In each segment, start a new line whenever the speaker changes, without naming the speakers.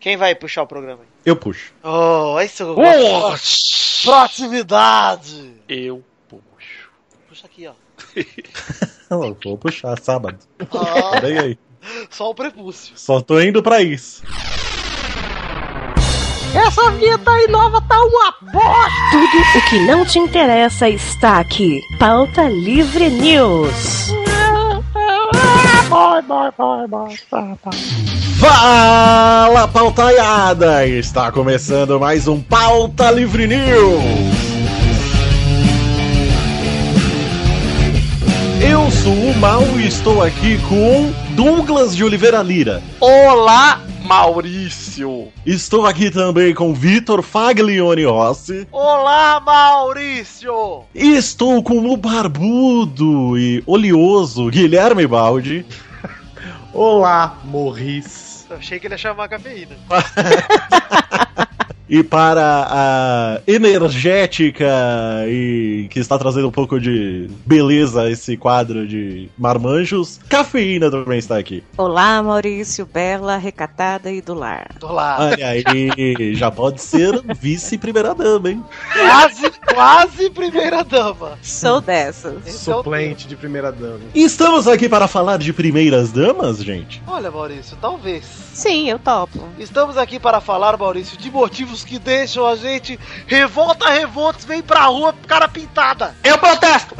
Quem vai puxar o programa?
Eu puxo.
Oh, esse eu gosto. Proximidade!
Eu puxo.
Puxa aqui, ó.
Eu vou puxar sábado.
Ah,
Peraí aí.
só o prepúcio.
Só tô indo pra isso.
Essa vinheta aí nova tá uma bosta!
Tudo o que não te interessa está aqui. Pauta Livre News.
Boy, boy, boy, boy. Tá, tá.
Fala, pautaiada! Está começando mais um Pauta Livre News. Eu sou o Mal e estou aqui com Douglas de Oliveira Lira.
Olá, Maurício.
Estou aqui também com Vitor Faglione Rossi.
Olá, Maurício!
E estou com o barbudo e oleoso Guilherme Baldi.
Olá, Morris.
Eu achei que ele ia chamar a cafeína.
E para a energética e que está trazendo um pouco de beleza a esse quadro de marmanjos, cafeína também está aqui.
Olá, Maurício, bela, recatada e do lar.
Ah.
Ah.
Olá.
Olha aí, já pode ser vice-primeira dama, hein?
Quase, quase primeira dama.
Sou dessas.
Esse é o
Suplente de primeira dama.
E estamos aqui para falar de primeiras damas, gente?
Olha, Maurício, talvez.
Sim, eu topo.
Estamos aqui para falar, Maurício, de motivos que deixam a gente revolta, revoltos, vem pra rua, cara pintada.
Eu protesto.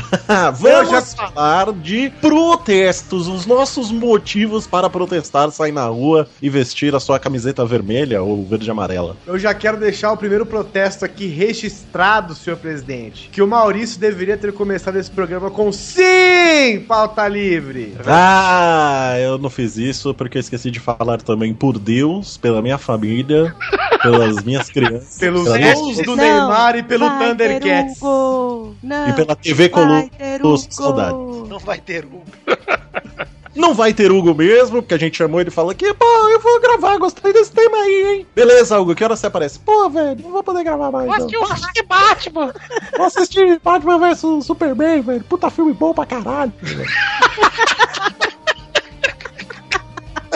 Vamos
já-
Ah, falar de protestos, os nossos motivos para protestar, sair na rua e vestir a sua camiseta vermelha ou verde e amarela.
Eu já quero deixar o primeiro protesto aqui registrado, senhor presidente. Que o Maurício deveria ter começado esse programa com sim, pauta livre.
Ah, eu não fiz isso porque eu esqueci de falar também por Deus, pela minha família, pelas minhas crianças
Pelos
pela minha
gols
esposa
do
Não,
Neymar e pelo
Vai
Thundercats.
ter um gol. Não,
e pela TV Coluna.
vai ter
dos saudades.
gol.
Não vai ter um.
Não vai ter Hugo mesmo, porque a gente chamou ele e fala que, pô, eu vou gravar, gostei desse tema aí, hein? Beleza, Hugo, que hora você aparece? Pô, velho, não vou poder gravar mais. não.
Que Batman!
Vou assistir Batman vs Superman, velho. Puta filme bom pra caralho.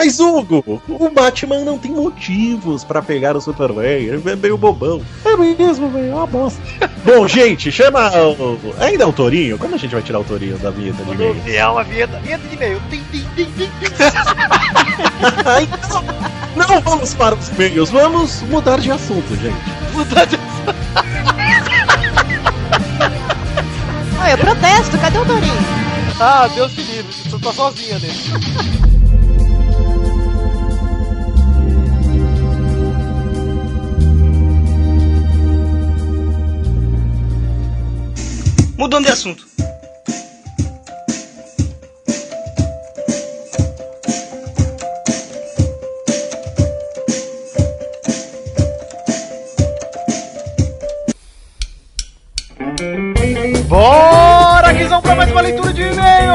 Mas, Hugo, o Batman não tem motivos pra pegar o Superman. Ele é meio bobão. É mesmo, velho. É uma bosta. Bom, gente, chama o... Ainda é o Torinho? Quando a gente vai tirar o Torinho da vinheta de meio?
É uma vinheta, vinheta de meio. Tim, tim, tim, tim.
Ai, não, não vamos para os meios. Vamos mudar de assunto, gente.
Mudar de
Ah, eu protesto, cadê o Dorinho?
Ah, Deus me livre, você tá sozinha nesse.
Mudando de assunto.
Bora, Guizão, pra mais uma leitura de e-mail!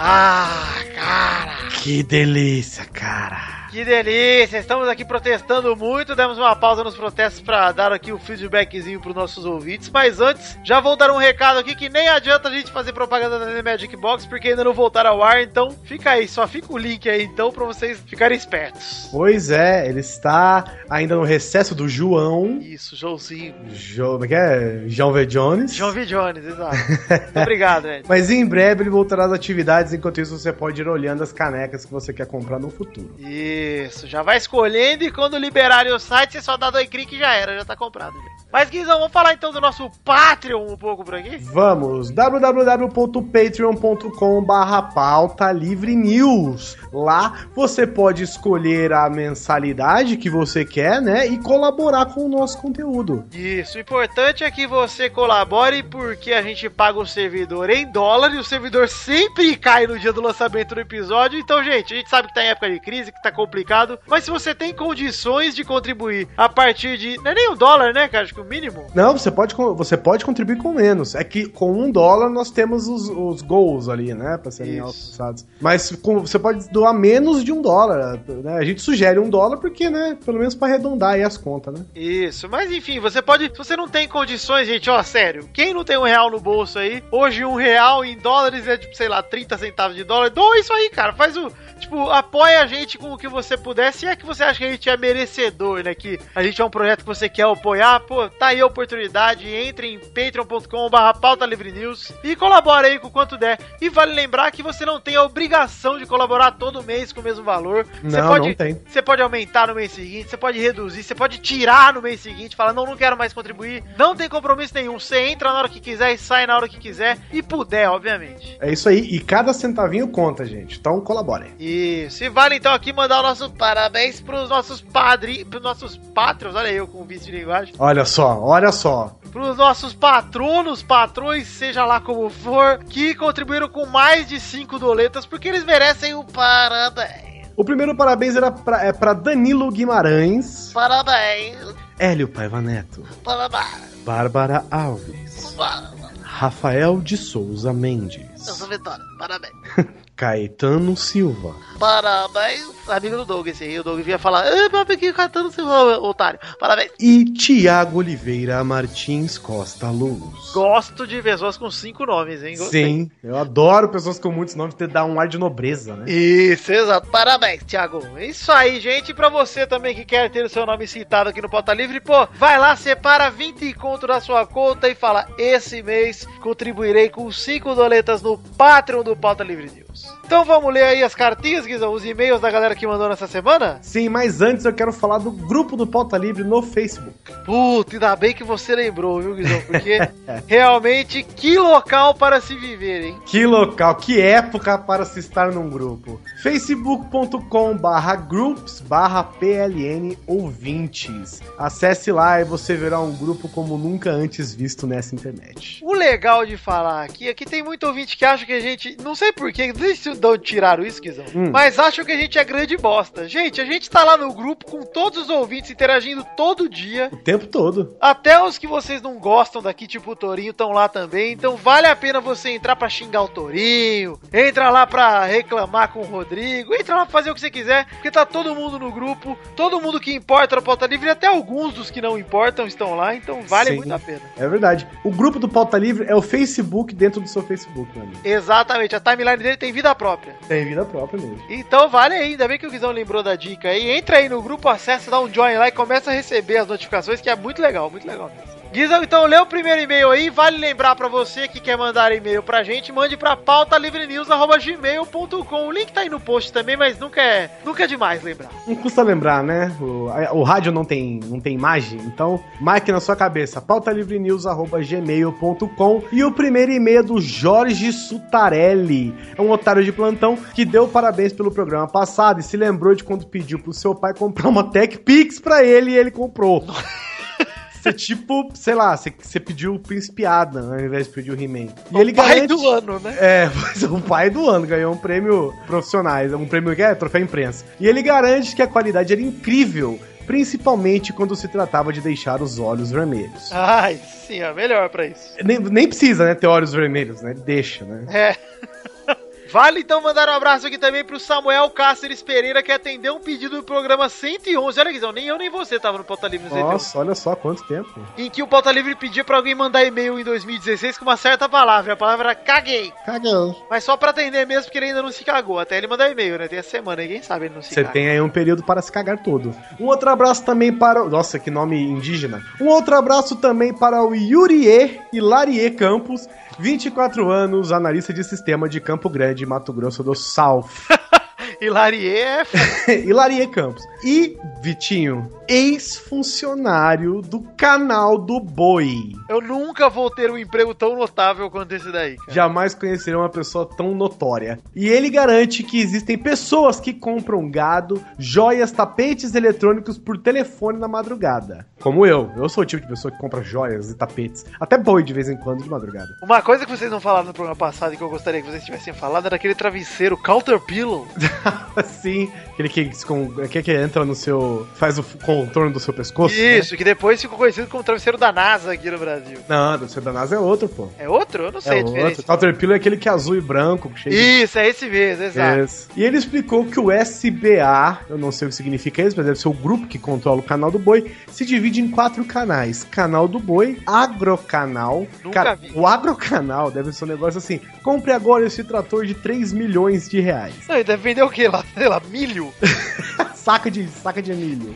Ah, cara,
Que delícia, cara.
que delícia! Estamos aqui protestando muito, demos uma pausa nos protestos pra dar aqui um feedbackzinho pros nossos ouvintes, mas antes, já vou dar um recado aqui que nem adianta a gente fazer propaganda da Magic Box, porque ainda não voltaram ao ar, então fica aí, só fica o link aí então pra vocês ficarem espertos.
Pois é, ele está ainda no recesso do João.
Isso, Joãozinho.
Jo, como é que é? João V. Jones.
João V. Jones, exato. Muito obrigado, velho.
Mas em breve ele voltará às atividades, enquanto isso você pode ir olhando as canecas que você quer comprar no futuro.
Isso, já vai escolhendo e quando liberarem o site, você só dá dois cliques e já era, já tá comprado. já. Mas Guizão, vamos falar então do nosso Patreon um pouco por aqui?
Vamos, www.patreon.com barra pauta livre news. Lá você pode escolher a mensalidade que você quer, né? E colaborar com o nosso conteúdo.
Isso, o importante é que você colabore porque a gente paga o servidor em dólar e o servidor sempre cai no dia do lançamento do episódio. Então, gente, a gente sabe que tá em época de crise, que tá complicado, mas se você tem condições de contribuir a partir de. Não é nem um dólar, né, cara? Acho que o mínimo.
Não, você pode, con- você pode contribuir com menos. É que com um dólar nós temos os, os goals ali, né? Pra serem
Isso.
alcançados. Mas com- você pode doar menos de um dólar. Né? A gente sugere um dólar porque, né? Pelo menos pra arredondar aí as contas, né?
Isso, mas enfim, você pode. Se você não tem condições, gente, ó, sério, quem não tem um real no bolso aí, hoje um real em dólares é tipo, sei lá, 30 centavos de dólar, doa isso aí, cara. Faz o. Tipo, apoia a gente com o que você puder, se é que você acha que a gente é merecedor, né? Que a gente é um projeto que você quer apoiar, pô, tá aí a oportunidade, entre em patreon.com barra pauta livre news e colabora aí com quanto der. E vale lembrar que você não tem a obrigação de colaborar todo mês com o mesmo valor. você
Não,
pode
não tem.
você pode aumentar no mês seguinte, você pode reduzir, você pode tirar no mês seguinte, falar, não, não quero mais contribuir. Não tem compromisso nenhum. Você entra na hora que quiser e sai na hora que quiser e puder, obviamente.
É isso aí. E cada centavinho conta, gente. Então colaborem.
E se vale então aqui mandar o nosso parabéns pros nossos padrinhos, pros nossos patrons, olha eu com o vício de linguagem,
Olha só, olha só.
pros nossos patronos, patrões, seja lá como for, que contribuíram com mais de 5 doletas, porque eles merecem um parabéns.
O primeiro parabéns era pra, é pra Danilo Guimarães,
Parabéns,
Hélio Paiva Neto,
parabéns,
Bárbara Alves,
parabéns.
Rafael de Souza Mendes,
Vitória, parabéns.
Caetano Silva,
Parabéns, amigo do Doug, esse aí. O Doug vinha falar, "Ah, meu amiguinho catando seu otário. Parabéns.
e Tiago Oliveira Martins Costa Luz.
Gosto de pessoas com cinco nomes, hein? Gostei.
Sim, eu adoro pessoas com muitos nomes ter dar um ar de nobreza, né?
Isso, exato. Parabéns, Thiago. É Isso aí, gente. E pra você também que quer ter o seu nome citado aqui no Pauta Livre, pô, vai lá, separa 20 conto da sua conta e fala: esse mês contribuirei com 5 doletas no Patreon do Pauta Livre News. Então vamos ler aí as cartinhas, Guizão, os e-mails da galera que mandou nessa semana?
Sim, mas antes eu quero falar do grupo do Pauta Livre no Facebook.
Puta, ainda bem que você lembrou, viu, Guizão? Porque realmente, que local para se viver, hein?
Que local, que época para se estar num grupo. facebook.com barra groups barra pln ouvintes. Acesse lá e você verá um grupo como nunca antes visto nessa internet.
O legal de falar aqui é que tem muito ouvinte que acha que a gente. Não sei porquê, não sei se de onde tiraram isso, Guizão.
Hum.
Mas acham que a gente é grande bosta. Gente, a gente tá lá no grupo com todos os ouvintes interagindo todo dia.
O tempo todo.
Até os que vocês não gostam daqui, tipo o Torinho, estão lá também. Então vale a pena você entrar pra xingar o Torinho, entra lá pra reclamar com o Rodrigo, entra lá pra fazer o que você quiser, porque tá todo mundo no grupo, todo mundo que importa no Pauta Livre, até alguns dos que não importam estão lá, então vale
Sim.
muito a pena.
É verdade. O grupo do Pauta Livre é o Facebook dentro do seu Facebook, meu amigo.
Exatamente, a timeline dele tem vida própria.
Tem vida própria mesmo.
Então vale aí, ainda bem que o Guizão lembrou da dica aí. Entra aí no grupo, acessa, dá um join lá e começa a receber as notificações, que é muito legal, muito legal mesmo. Guizão, então lê o primeiro e-mail aí. Vale lembrar pra você que quer mandar e-mail pra gente, mande pra pautalivrenews.gmail.com. O link tá aí no post também, mas nunca é, nunca é demais lembrar.
Não custa lembrar, né? O, a- o rádio não tem, não tem imagem, então marque na sua cabeça, pautalivrenews.gmail.com e o primeiro e-mail é do Jorge Sutarelli, é um otário de plantão que deu parabéns pelo programa passado e se lembrou de quando pediu pro seu pai comprar uma Tech Pix pra ele e ele comprou. Você tipo, sei lá, você, você pediu o Príncipe Adam ao invés de pedir o He-Man. E ele
Pai
garante...
do ano, né?
É, pois é, o pai do ano ganhou um prêmio profissionais, um prêmio que é troféu imprensa. E ele garante que a qualidade era incrível, principalmente quando se tratava de deixar os olhos vermelhos.
Ai, sim, é melhor pra isso.
Nem, nem precisa, né, ter olhos vermelhos, né? Ele Deixa, né?
É. Vale então mandar um abraço aqui também pro Samuel Cáceres Pereira, que atendeu um pedido do programa 111. Olha, Guizão, nem eu nem você um tava no Pauta Livre no 111.
Nossa, olha só quanto tempo.
em que o Pauta Livre pedia pra alguém mandar e-mail em 2016 com uma certa palavra. A palavra era caguei.
Cagão.
Mas só pra atender mesmo, porque ele ainda não se cagou. Até ele mandar e-mail, né? Tem a semana, aí, quem sabe ele não se
Você
caga.
tem aí um período para se cagar todo. Um outro abraço também para. o- Nossa, que nome indígena. Um outro abraço também para o Yurie Hilarie Campos, 24 anos, analista de sistema de Campo Grande, Mato Grosso do Sul.
Hilarie é f-
Hilarie Campos. E, Vitinho, ex-funcionário do canal do Boi.
Eu nunca vou ter um emprego tão notável quanto esse daí, cara.
Jamais conhecerão uma pessoa tão notória. E ele garante que existem pessoas que compram gado, joias, tapetes eletrônicos por telefone na madrugada. Como eu. Eu sou o tipo de pessoa que compra joias e tapetes. Até boi de vez em quando de madrugada.
Uma coisa que vocês não falaram no programa passado e que eu gostaria que vocês tivessem falado era aquele travesseiro Counterpillow.
Assim, aquele que, que, que entra no seu o. faz o contorno do seu pescoço? né?
Isso, que depois ficou conhecido como travesseiro da NASA aqui no Brasil.
Não, do seu da NASA é outro, pô.
É outro? Eu não sei
É
a diferença.
outro. Caterpillar é aquele que é azul e branco, cheio de
Isso, é esse mesmo, exato.
Yes. E ele explicou que o SBA, eu não sei o que significa isso, mas deve ser o grupo que controla o canal do boi, se divide em quatro canais: canal do boi, agrocanal.
Nunca vi.
O agrocanal deve ser um negócio assim: compre agora esse trator de 3 milhões de reais.
Não, ele deve vender o quê lá? Sei lá, milho?
Saca de, saca de milho,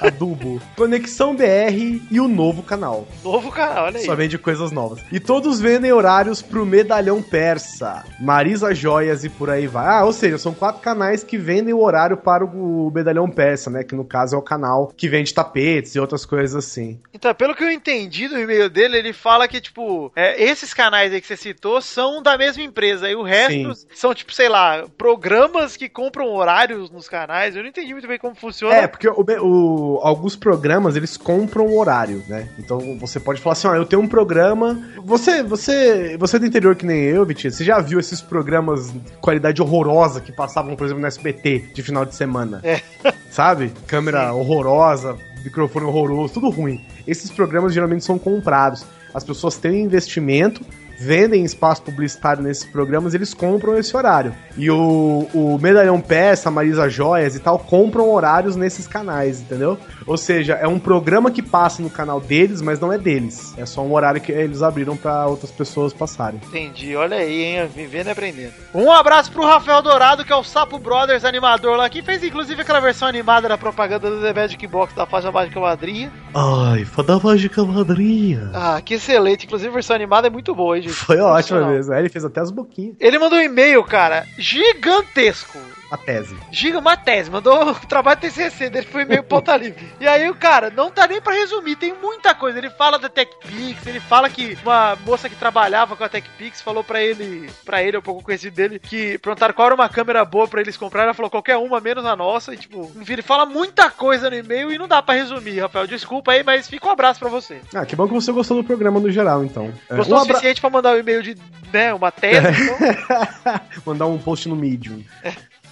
adubo. Conexão BR e o novo canal.
Novo canal, olha aí.
Só vende coisas novas. E todos vendem horários pro Medalhão Persa, Marisa Joias e por aí vai. Ah, ou seja, são quatro canais que vendem o horário para o Medalhão Persa, né? Que no caso é o canal que vende tapetes e outras coisas assim.
Então, pelo que eu entendi do e-mail dele, ele fala que, tipo, é, esses canais aí que você citou são da mesma empresa. E o resto são, tipo, sei lá, programas que compram horários nos canais. Eu não entendi muito bem como funciona.
É, porque o, o- alguns programas eles compram o horário, né? Então você pode falar assim: ó, eu tenho um programa. Você, você, você é do interior que nem eu, Vitinho, você já viu esses programas de qualidade horrorosa que passavam, por exemplo, no SBT de final de semana?
É.
Sabe? Câmera horrorosa, microfone horroroso, tudo ruim. Esses programas geralmente são comprados. As pessoas têm um investimento, vendem espaço publicitário nesses programas, eles compram esse horário. E o, o Medalhão Peça, Marisa Joias e tal, compram horários nesses canais, entendeu? Ou seja, é um programa que passa no canal deles, mas não é deles. É só um horário que eles abriram pra outras pessoas passarem.
Entendi, olha aí, hein? Vivendo e aprendendo. Um abraço pro Rafael Dourado, que é o Sapo Brothers animador lá, que fez inclusive aquela versão animada da propaganda do The Magic Box da faixa mágica madrinha.
Ai, fada mágica madrinha.
Ah, que excelente. Inclusive, a versão animada é muito boa, hein, gente?
Foi ótimo
Sensacional.
mesmo. Aí ele fez até as boquinhas.
Ele mandou um e-mail, cara, gigantesco.
A tese.
Giga uma tese, mandou o trabalho TCC dele, foi meio ponta livre. E aí o cara, não tá nem pra resumir, tem muita coisa. Ele fala da TechPix, ele fala que uma moça que trabalhava com a TechPix falou pra ele, pra ele, um pouco conhecido dele, que perguntaram qual era uma câmera boa pra eles comprarem. Ela falou qualquer uma, menos a nossa. E tipo, enfim, ele fala muita coisa no e-mail e não dá pra resumir, Rafael. Desculpa aí, mas fica um abraço pra você.
Ah, que bom que você gostou do programa no geral, então. É,
Gostou
um
o
abra-
suficiente pra mandar um e-mail de, né, uma tese? então?
Mandar um post no Medium.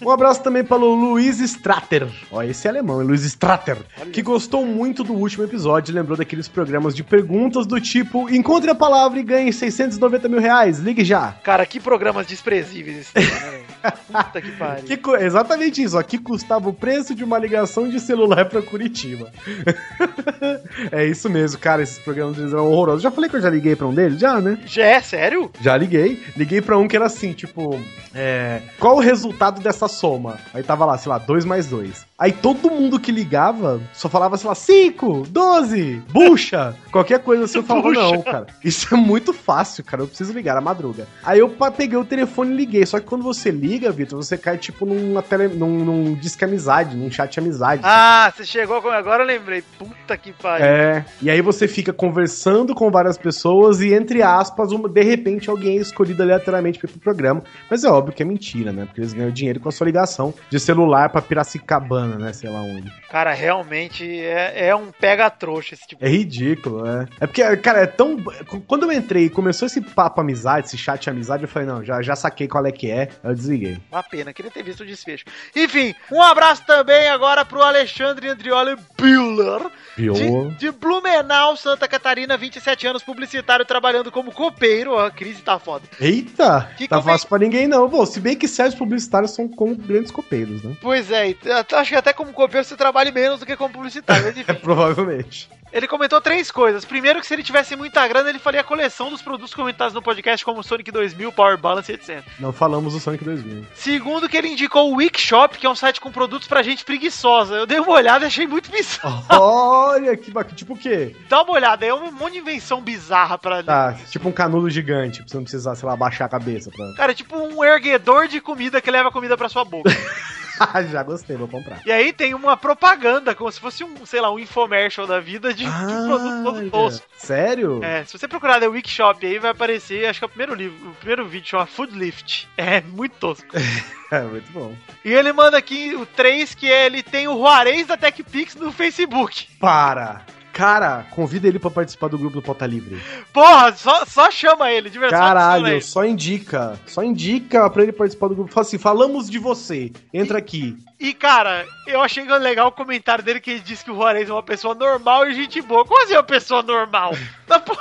Um abraço também para o Luiz Strater. Ó, esse é alemão, é Luiz Strater. Que gostou muito do último episódio e lembrou daqueles programas de perguntas do tipo: encontre a palavra e ganhe 690 mil reais, ligue já.
Cara, que programas desprezíveis esse tema, né? velho? Puta que pariu.
Que cu- Exatamente isso, aqui custava o preço de uma ligação de celular para Curitiba. é isso mesmo, cara, esses programas eles eram horrorosos. Já falei que eu já liguei para um deles? Já, né?
Já é sério?
Já liguei. Liguei pra um que era assim, tipo, é, qual o resultado dessa soma? Aí tava lá, sei lá, 2 mais 2. Aí todo mundo que ligava só falava, sei lá, 5, 12, bucha, qualquer coisa assim. Eu falava,
Bucha.
não, cara, isso é muito fácil, cara, eu preciso ligar à madruga. Aí eu pa- peguei o telefone e liguei. Só que quando você liga, Vitor, você cai, tipo, numa tele, num, num disque amizade, num chat amizade.
Ah, você chegou com. Agora eu lembrei. Puta que pariu.
É, e aí você fica conversando com várias pessoas e, entre aspas, uma- de repente alguém é escolhido aleatoriamente pro programa. Mas é óbvio que é mentira, né? Porque eles ganham dinheiro com a sua ligação de celular pra Piracicabana, né? Sei lá onde.
Cara, realmente é, é um pega-trouxa esse tipo.
É ridículo, é. É porque, cara, é tão. Quando eu entrei e começou esse papo amizade, esse chat amizade, eu falei, não, já, já saquei qual é que é, aí eu desliguei.
Uma pena, queria ter visto o desfecho. Enfim, um abraço também agora pro Alexandre Andrioli Biller, de, de Blumenau, Santa Catarina, 27 anos, publicitário, trabalhando como copeiro. Ó, A crise tá foda.
Eita!
Que
tá
come-
fácil pra ninguém, não. Bom, se bem que sérios publicitários são como grandes copeiros, né?
Pois é, e t- acho que até como copeiro você trabalha menos do que como publicitário. Mas enfim,
Provavelmente.
ele comentou três coisas. Primeiro, que se ele tivesse muita grana, ele faria a coleção dos produtos comentados no podcast, como Sonic 2000, Power Balance, etc.
Não falamos do Sonic 2000.
Segundo, que ele indicou o Wikshop, que é um site com produtos pra gente preguiçosa. Eu dei uma olhada e achei muito bizarro.
Olha que bacana. Tipo o quê?
Dá uma olhada, é um monte de invenção bizarra pra.
Tá, tipo um canudo gigante, pra você não precisar, sei lá, baixar a cabeça. Pra...
Cara, é tipo um erguedor de comida que leva comida pra sua boca.
Ah, Já gostei, vou comprar.
e aí tem uma propaganda, como se fosse um, sei lá, um infomercial da vida de, de um produto todo
Ah, Olha,
tosco.
Sério?
É, se você procurar The Wikshop aí, vai aparecer, acho que é o primeiro livro, o primeiro vídeo chama Food Lift. É muito tosco.
É, muito bom.
E ele manda aqui o 3, que é ele tem o Juarez da TechPix no Facebook.
Para! Cara, convida ele pra participar do grupo do Pauta Livre.
Porra, só, só chama ele, de verdade. só adiciona
Caralho,
ele.
só indica. Só indica pra ele participar do grupo. Fala assim, falamos de você. Entra aqui.
E, cara, eu achei legal o comentário dele que ele disse que o Juarez é uma pessoa normal e gente boa. Como assim é uma pessoa normal? Tá, pô-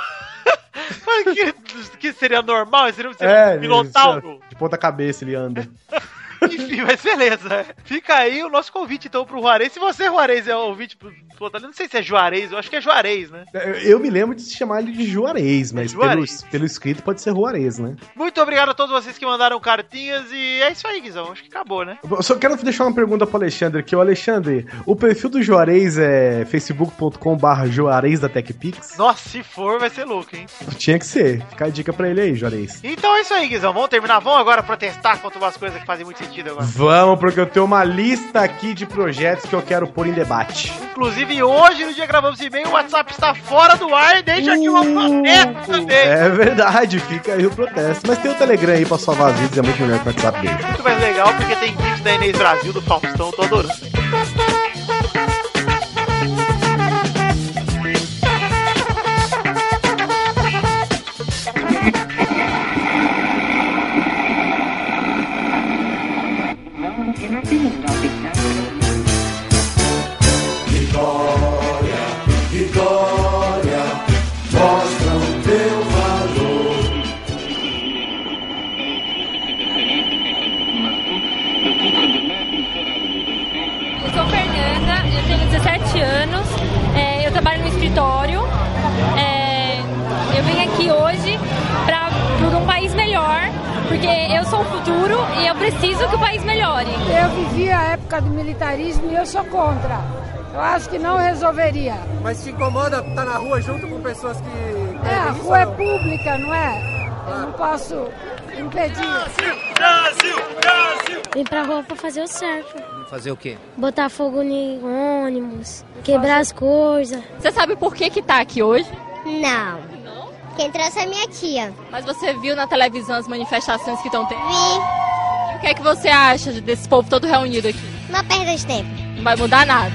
Mas que, que seria normal? Seria, seria um minotauro?
De ponta cabeça ele anda.
Enfim, mas beleza. Fica aí o nosso convite, então, pro Juarez. Se você, Juarez, é ouvinte pro pro Otalinho, não sei se é Juarez, eu acho que é Juarez, né?
Eu- Eu me lembro de se chamar ele de Juarez, mas
Juarez.
Pelo, pelo escrito pode ser Juarez, né?
Muito obrigado a todos vocês que mandaram cartinhas e é isso aí, Guizão. Acho que acabou, né?
Eu só quero deixar uma pergunta pro Alexandre aqui. O Alexandre, o perfil do Juarez é facebook.com.br Juarez da TechPix?
Nossa, se for, vai ser louco, hein?
Tinha que ser. Fica a dica pra ele aí, Juarez.
Então é isso aí, Guizão. Vamos terminar? Vamos agora protestar contra umas coisas que fazem muito sentido agora.
Vamos, porque eu tenho uma lista aqui de projetos que eu quero pôr em debate.
Inclusive, hoje, no dia que gravamos esse e-mail, o WhatsApp está fora do ar. Deixa aqui uma
Uh.
protesta também.
É verdade, fica aí o protesto. Mas tem o Telegram aí pra salvar as vidas, é muito melhor que o WhatsApp dele.
Muito mais legal, porque tem gifs da Inês Brasil, do Faustão, tô adorando.
Eu sou Fernanda, eu tenho 17 anos, é, eu trabalho no escritório. é, eu vim aqui hoje para por um país melhor, porque eu sou o futuro e eu preciso que o país melhore.
Eu vivi a época do militarismo e eu sou contra. Eu acho que não resolveria.
Mas te incomoda estar na rua junto com pessoas que.
É, a rua é pública, não é? Eu
Ah.
não posso impedir.
Vim pra rua pra fazer o certo.
Fazer o quê?
Botar fogo em ônibus, quebrar as coisas. Você sabe por que que tá aqui hoje?
Não. Quem trouxe é minha tia.
Mas você viu na televisão as manifestações que estão tendo?
Vi
O que é que você acha desse povo todo reunido aqui?
uma perda de tempo.
Não vai mudar nada.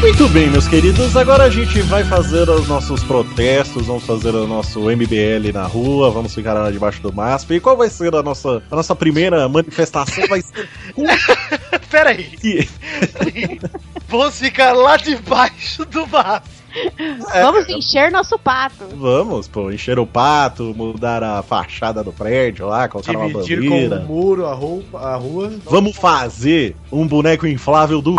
Muito bem, meus queridos, agora a gente vai fazer os nossos protestos, vamos fazer o nosso MBL na rua, vamos ficar lá debaixo do MASP. E qual vai ser a nossa, a nossa primeira manifestação? Vai ser
Pera aí.
aqui.
Vamos ficar lá debaixo do vaso.
É.
Vamos encher nosso pato.
Vamos, pô, encher o pato, mudar a fachada do prédio lá, colocar
Dividir
uma
com o
bandeira.
muro a, roupa, a rua.
Vamos fazer um boneco inflável do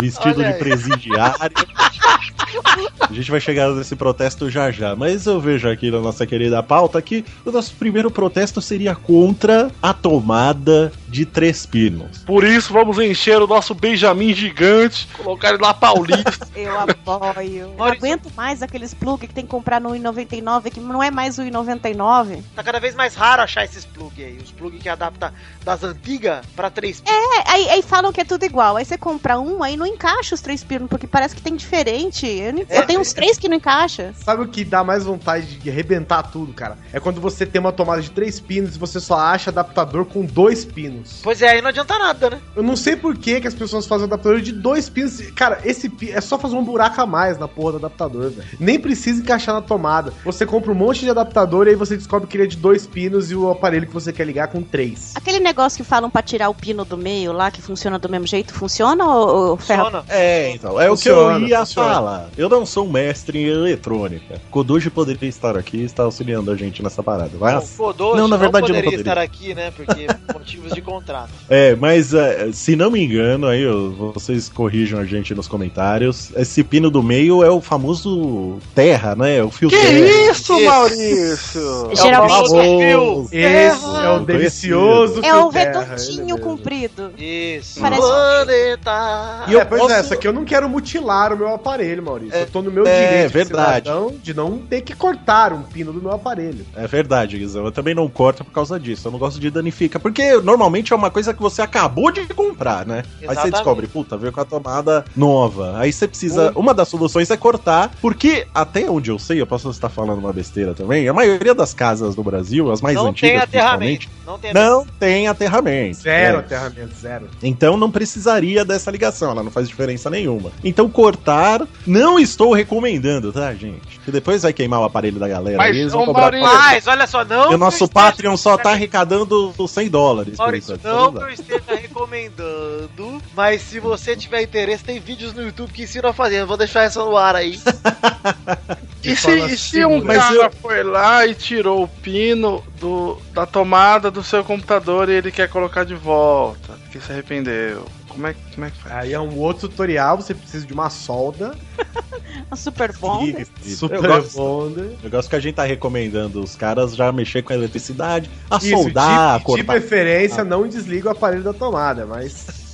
vestido
Olha
de
aí.
presidiário. A gente vai chegar nesse protesto já já, mas eu vejo aqui na nossa querida pauta que o nosso primeiro protesto seria contra a tomada de Três Pinos.
Por isso, vamos encher o nosso Benjamin gigante, colocar ele lá paulista.
Eu apoio. Não
Maurício.
aguento mais aqueles plugs que tem que comprar no I99, que não é mais o I99.
Tá cada vez mais raro achar esses plugs aí. Os plugs que adapta das antigas pra 3
É, aí, aí falam que é tudo igual. Aí você compra um, aí não encaixa os três pinos, porque parece que tem diferente. Eu, não- eu tenho uns três que não encaixa.
Sabe o que dá mais vontade de arrebentar tudo, cara? É quando você tem uma tomada de três pinos e você só acha adaptador com dois pinos.
Pois é, aí não adianta nada, né?
Eu não sei por que, que as pessoas fazem adaptador de dois pinos. Cara, esse pi- é só fazer um buraco a mais na porra do adaptador, velho. Nem precisa encaixar na tomada. Você compra um monte de adaptador e aí você descobre que ele é de dois pinos e o aparelho que você quer ligar é com três.
Aquele negócio que falam pra tirar o pino do meio lá, que funciona do mesmo jeito, funciona ou, ou ferra?
Funciona.
É, então, é o que
Funciona,
eu ia
funciona.
falar. Eu não sou um mestre em eletrônica. Kodoji poderia estar aqui e está auxiliando a gente nessa parada, assim. mas...
Bom, Kodoshi
É. Não, na verdade, eu não
poderia
poderia.
estar aqui, né? Porque motivos de contrato.
É, mas eh, se não me engano, aí ó, vocês corrijam a gente nos comentários. Esse pino do meio é o famoso terra, né? O fio
que
terra.
É.
isso, Maurício?
Geralmente é,
Fio.
Esse é o
Eu
delicioso
é o
fio terra, ele
redondinho
mesmo.
comprido.
Isso.
Parece-
Planeta.
E eu
é, pois
posso-
é, só que eu não quero mutilar o meu aparelho, Maurício. eu tô no meu
é
direito de
verdade.
cidadão de não ter que cortar um pino do meu aparelho.
É verdade, Guizão. Eu também não corto por causa disso. Eu não gosto de danificar. Porque normalmente geralmente é uma coisa que você acabou de comprar, né? Aí você
Exatamente.
descobre, puta, veio com a tomada nova. Aí você precisa.
Hum.
Uma das soluções é cortar, porque até onde eu sei, eu posso estar falando uma besteira também, a maioria das casas do Brasil, as mais
não
antigas.
tem aterramento.
principalmente,
né? Não tem
Não tem aterramento.
Zero
É.
aterramento, zero.
Então não precisaria dessa ligação, ela não faz diferença nenhuma. Então cortar, não estou recomendando, tá, gente? Que depois vai queimar o aparelho da galera.
Mas,
e eles
ô,
vão cobrar...
Maurício, Mas, olha só, não. né?
E o nosso Patreon só tá arrecadando os 100 dólares. por
Maurício,
enquanto,
não
tá
que eu esteja recomendando, mas se você tiver interesse, tem vídeos no YouTube que ensinam a fazer. Eu vou deixar essa no ar aí.
E se, e se um
Mas
cara
eu-
foi lá e tirou o pino do, da tomada do seu computador e ele quer colocar de volta? Porque se arrependeu. Como é, como é que faz?
Aí é um outro tutorial, você precisa de uma solda.
É Super bom.
bom.
Super
Eu gosto.
bom.
Eu gosto que a gente tá recomendando os caras já mexer com a eletricidade, a soldar, a
de, de
cortar.
preferência, não desliga o aparelho da tomada, mas.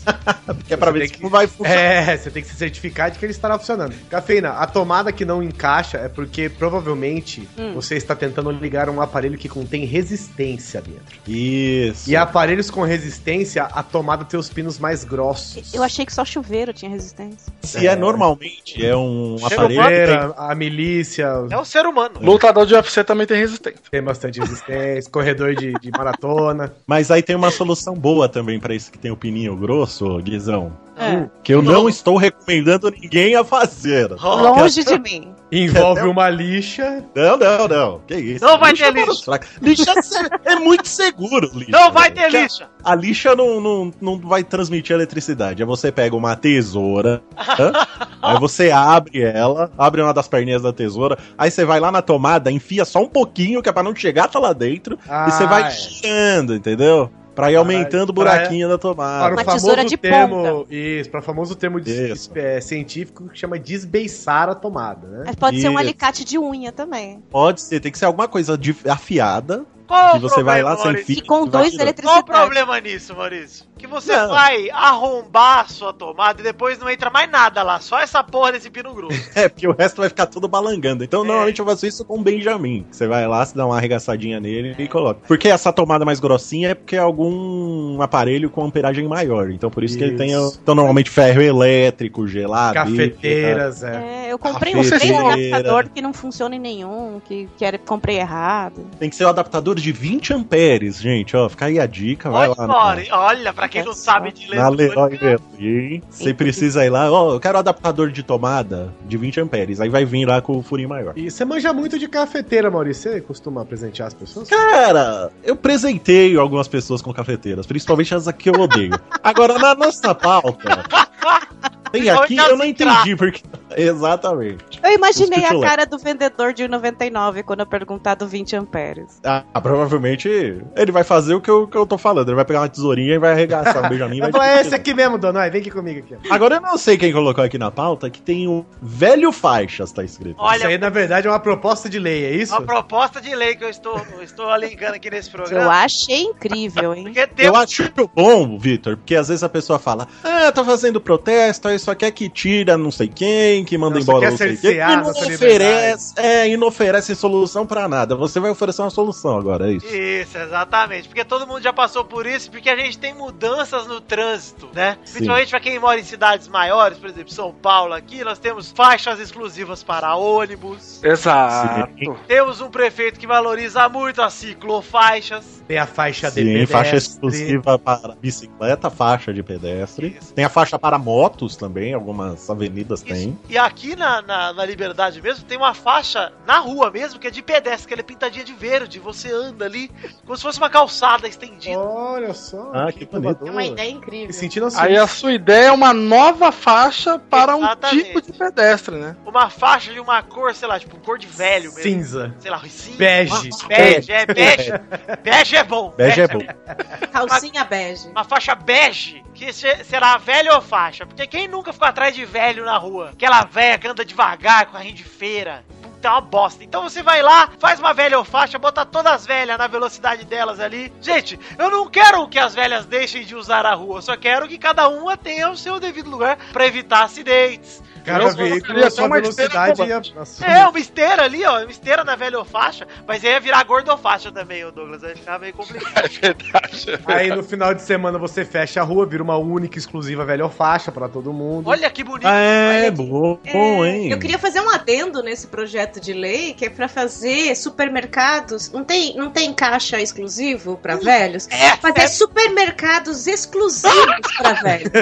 é pra ver se não vai funcionar.
É, você tem que se certificar de que ele estará funcionando. Cafeína, a tomada que não encaixa é porque provavelmente
Hum.
você está tentando ligar um aparelho que contém resistência dentro.
Isso. é.
E aparelhos com resistência, a tomada tem os pinos mais grossos.
Eu achei que só chuveiro tinha resistência.
Se é normalmente, é um
Chega
aparelho
o
que tem
banheiro, A milícia.
É um ser humano.
Lutador de UFC também tem resistência.
Tem bastante resistência, corredor de, de maratona.
Mas aí tem uma solução boa também pra isso que tem o pininho grosso, Guizão.
É.
Que eu não estou recomendando ninguém a fazer.
Longe de mim.
Envolve uma lixa.
Não, não, não. Que isso?
Não vai
Lixa
ter
é
lixa.
fraca. Lixa é se- é muito seguro, lixa.
Não vai
velho.
ter
né? Que a-
lixa.
A lixa não, não, não vai transmitir eletricidade. Aí você pega uma tesoura, hã? aí você abre ela, abre uma das perninhas da tesoura, aí você vai lá na tomada, enfia só um pouquinho, que é pra não chegar até lá dentro,
Ah,
e você vai
é.
girando, entendeu? Pra ir aumentando o
pra-
buraquinho da tomada.
Para o
Uma tesoura
famoso
de
termo, isso, para o famoso termo de-
Isso.
é, científico que chama desbeiçar a tomada, né?
Mas pode ser um
Isso.
alicate de unha também.
Pode ser, tem que ser alguma coisa de- afiada.
Qual
que você vai lá, você
Maurício?
enfia.
Que conduz
vai tirando.
Qual o
eletricidade.
problema nisso, Maurício? Que você
Não.
vai arrombar a sua tomada e depois não entra mais nada lá, só essa porra desse pino grosso.
É, porque o resto vai ficar todo balangando. Então, normalmente eu faço isso com o Benjamin. Você vai lá, você dá uma arregaçadinha nele e coloca. Porque essa tomada mais grossinha é porque é algum aparelho com amperagem maior. Então, por isso, que ele
Isso.
tem. o- Então, normalmente ferro elétrico, gelado.
Cafeteiras, é.
É, eu comprei um
Cafeteira.
três adaptador que não funciona em nenhum, que, que era, comprei errado.
tá? Tem que ser o adaptador de 20 amperes, gente. Ó, fica aí a dica. Vai
Olha,
lá. né?
Mauri, olha, pra quem não sabe de
Na Leroy né?
eletrônica,
Merlin, você precisa ir lá, ó, eu quero adaptador de tomada de 20 amperes. Aí vai vir lá com o furinho maior.
E você manja muito de cafeteira, Maurício. Você costuma presentear as pessoas?
Então, Cara, eu presenteio algumas pessoas com cafeteiras, principalmente as que eu odeio. Agora, na nossa pauta, tem aqui, eu não entendi porque. Exatamente.
Eu imaginei
Os
a
pitulé.
cara do vendedor de 1,99 quando eu perguntar do 20 amperes.
Ah, provavelmente ele vai fazer o que eu, que eu tô falando. Ele vai pegar uma tesourinha e vai arregaçar o Benjamin. e
Eu
vai
vou falar, é esse aqui mesmo, Donai. Vem aqui comigo aqui. ó.
Agora eu não sei quem colocou aqui na pauta que tem o velho faixas, tá escrito.
Isso aí,
olha,
na verdade, é uma proposta de lei, é isso?
uma proposta de lei que eu estou, eu estou alegando aqui nesse
Eu
programa.
achei incrível, hein?
Porque um-
Eu
temos
acho bom, Vitor, porque às vezes a pessoa fala, ah, tá fazendo protesto, aí só quer que tira não sei quem, que manda
Não, só
embora
quer
não sei quem.
cercear
E não,
nossa
oferece, é, e não oferece solução pra nada. Você vai oferecer uma solução agora, é isso.
Isso, exatamente. Porque todo mundo já passou por isso, porque a gente tem mudanças no trânsito, né? Principalmente pra quem mora em cidades maiores, por exemplo, São Paulo aqui, nós temos faixas exclusivas para ônibus.
É.
Exato.
Temos um prefeito que valoriza muito as ciclofaixas.
Tem a faixa de
Sim, faixa
pedestre.
exclusiva para bicicleta, faixa de pedestre.
Isso.
Tem a faixa para motos também, algumas avenidas têm.
E aqui na, na, na Liberdade mesmo, tem uma faixa na rua mesmo, que é de pedestre, que ela é pintadinha de verde. Você anda ali como se fosse uma calçada estendida.
Olha só.
Ah, que bonito.
inovador.
É uma ideia
Me
incrível.
sentindo assim.
Aí a sua ideia é uma nova faixa para um
Exatamente.
tipo de pedestre, né?
Uma faixa de uma cor, sei lá, tipo, cor de velho mesmo.
Cinza.
Sei lá, cinza.
Bege.
Bege, é bege. Bege é bom.
Bege é bom.
Calcinha
é
bege.
Uma faixa bege, que se- será a velha ou faixa? Porque quem nunca ficou atrás de velho na rua? Aquela velha que anda devagar, com a de feira. Puta, é uma bosta. Então você vai lá, faz uma velha ou faixa, bota todas as velhas na velocidade delas ali. Gente, eu não quero que as velhas deixem de usar a rua, eu só quero que cada uma tenha o seu devido lugar pra evitar acidentes.
Cada
Eu
veículo
colocaria
a sua
uma esteira
velocidade
como-
ia...
É, uma esteira ali, ó. Uma esteira na velha faixa, mas aí ia virar gordo faixa também, ô Douglas. Vai ficar meio complicado.
Aí no final de semana você fecha a rua, vira uma única, exclusiva velha faixa pra todo mundo.
Olha que bonito.
É, bom,
Tá
bom, hein?
Eu queria fazer um adendo nesse projeto de lei, que é pra fazer supermercados. Não tem, não tem caixa exclusivo
Hum.
pra velhos? É, fazer supermercados exclusivos pra velhos.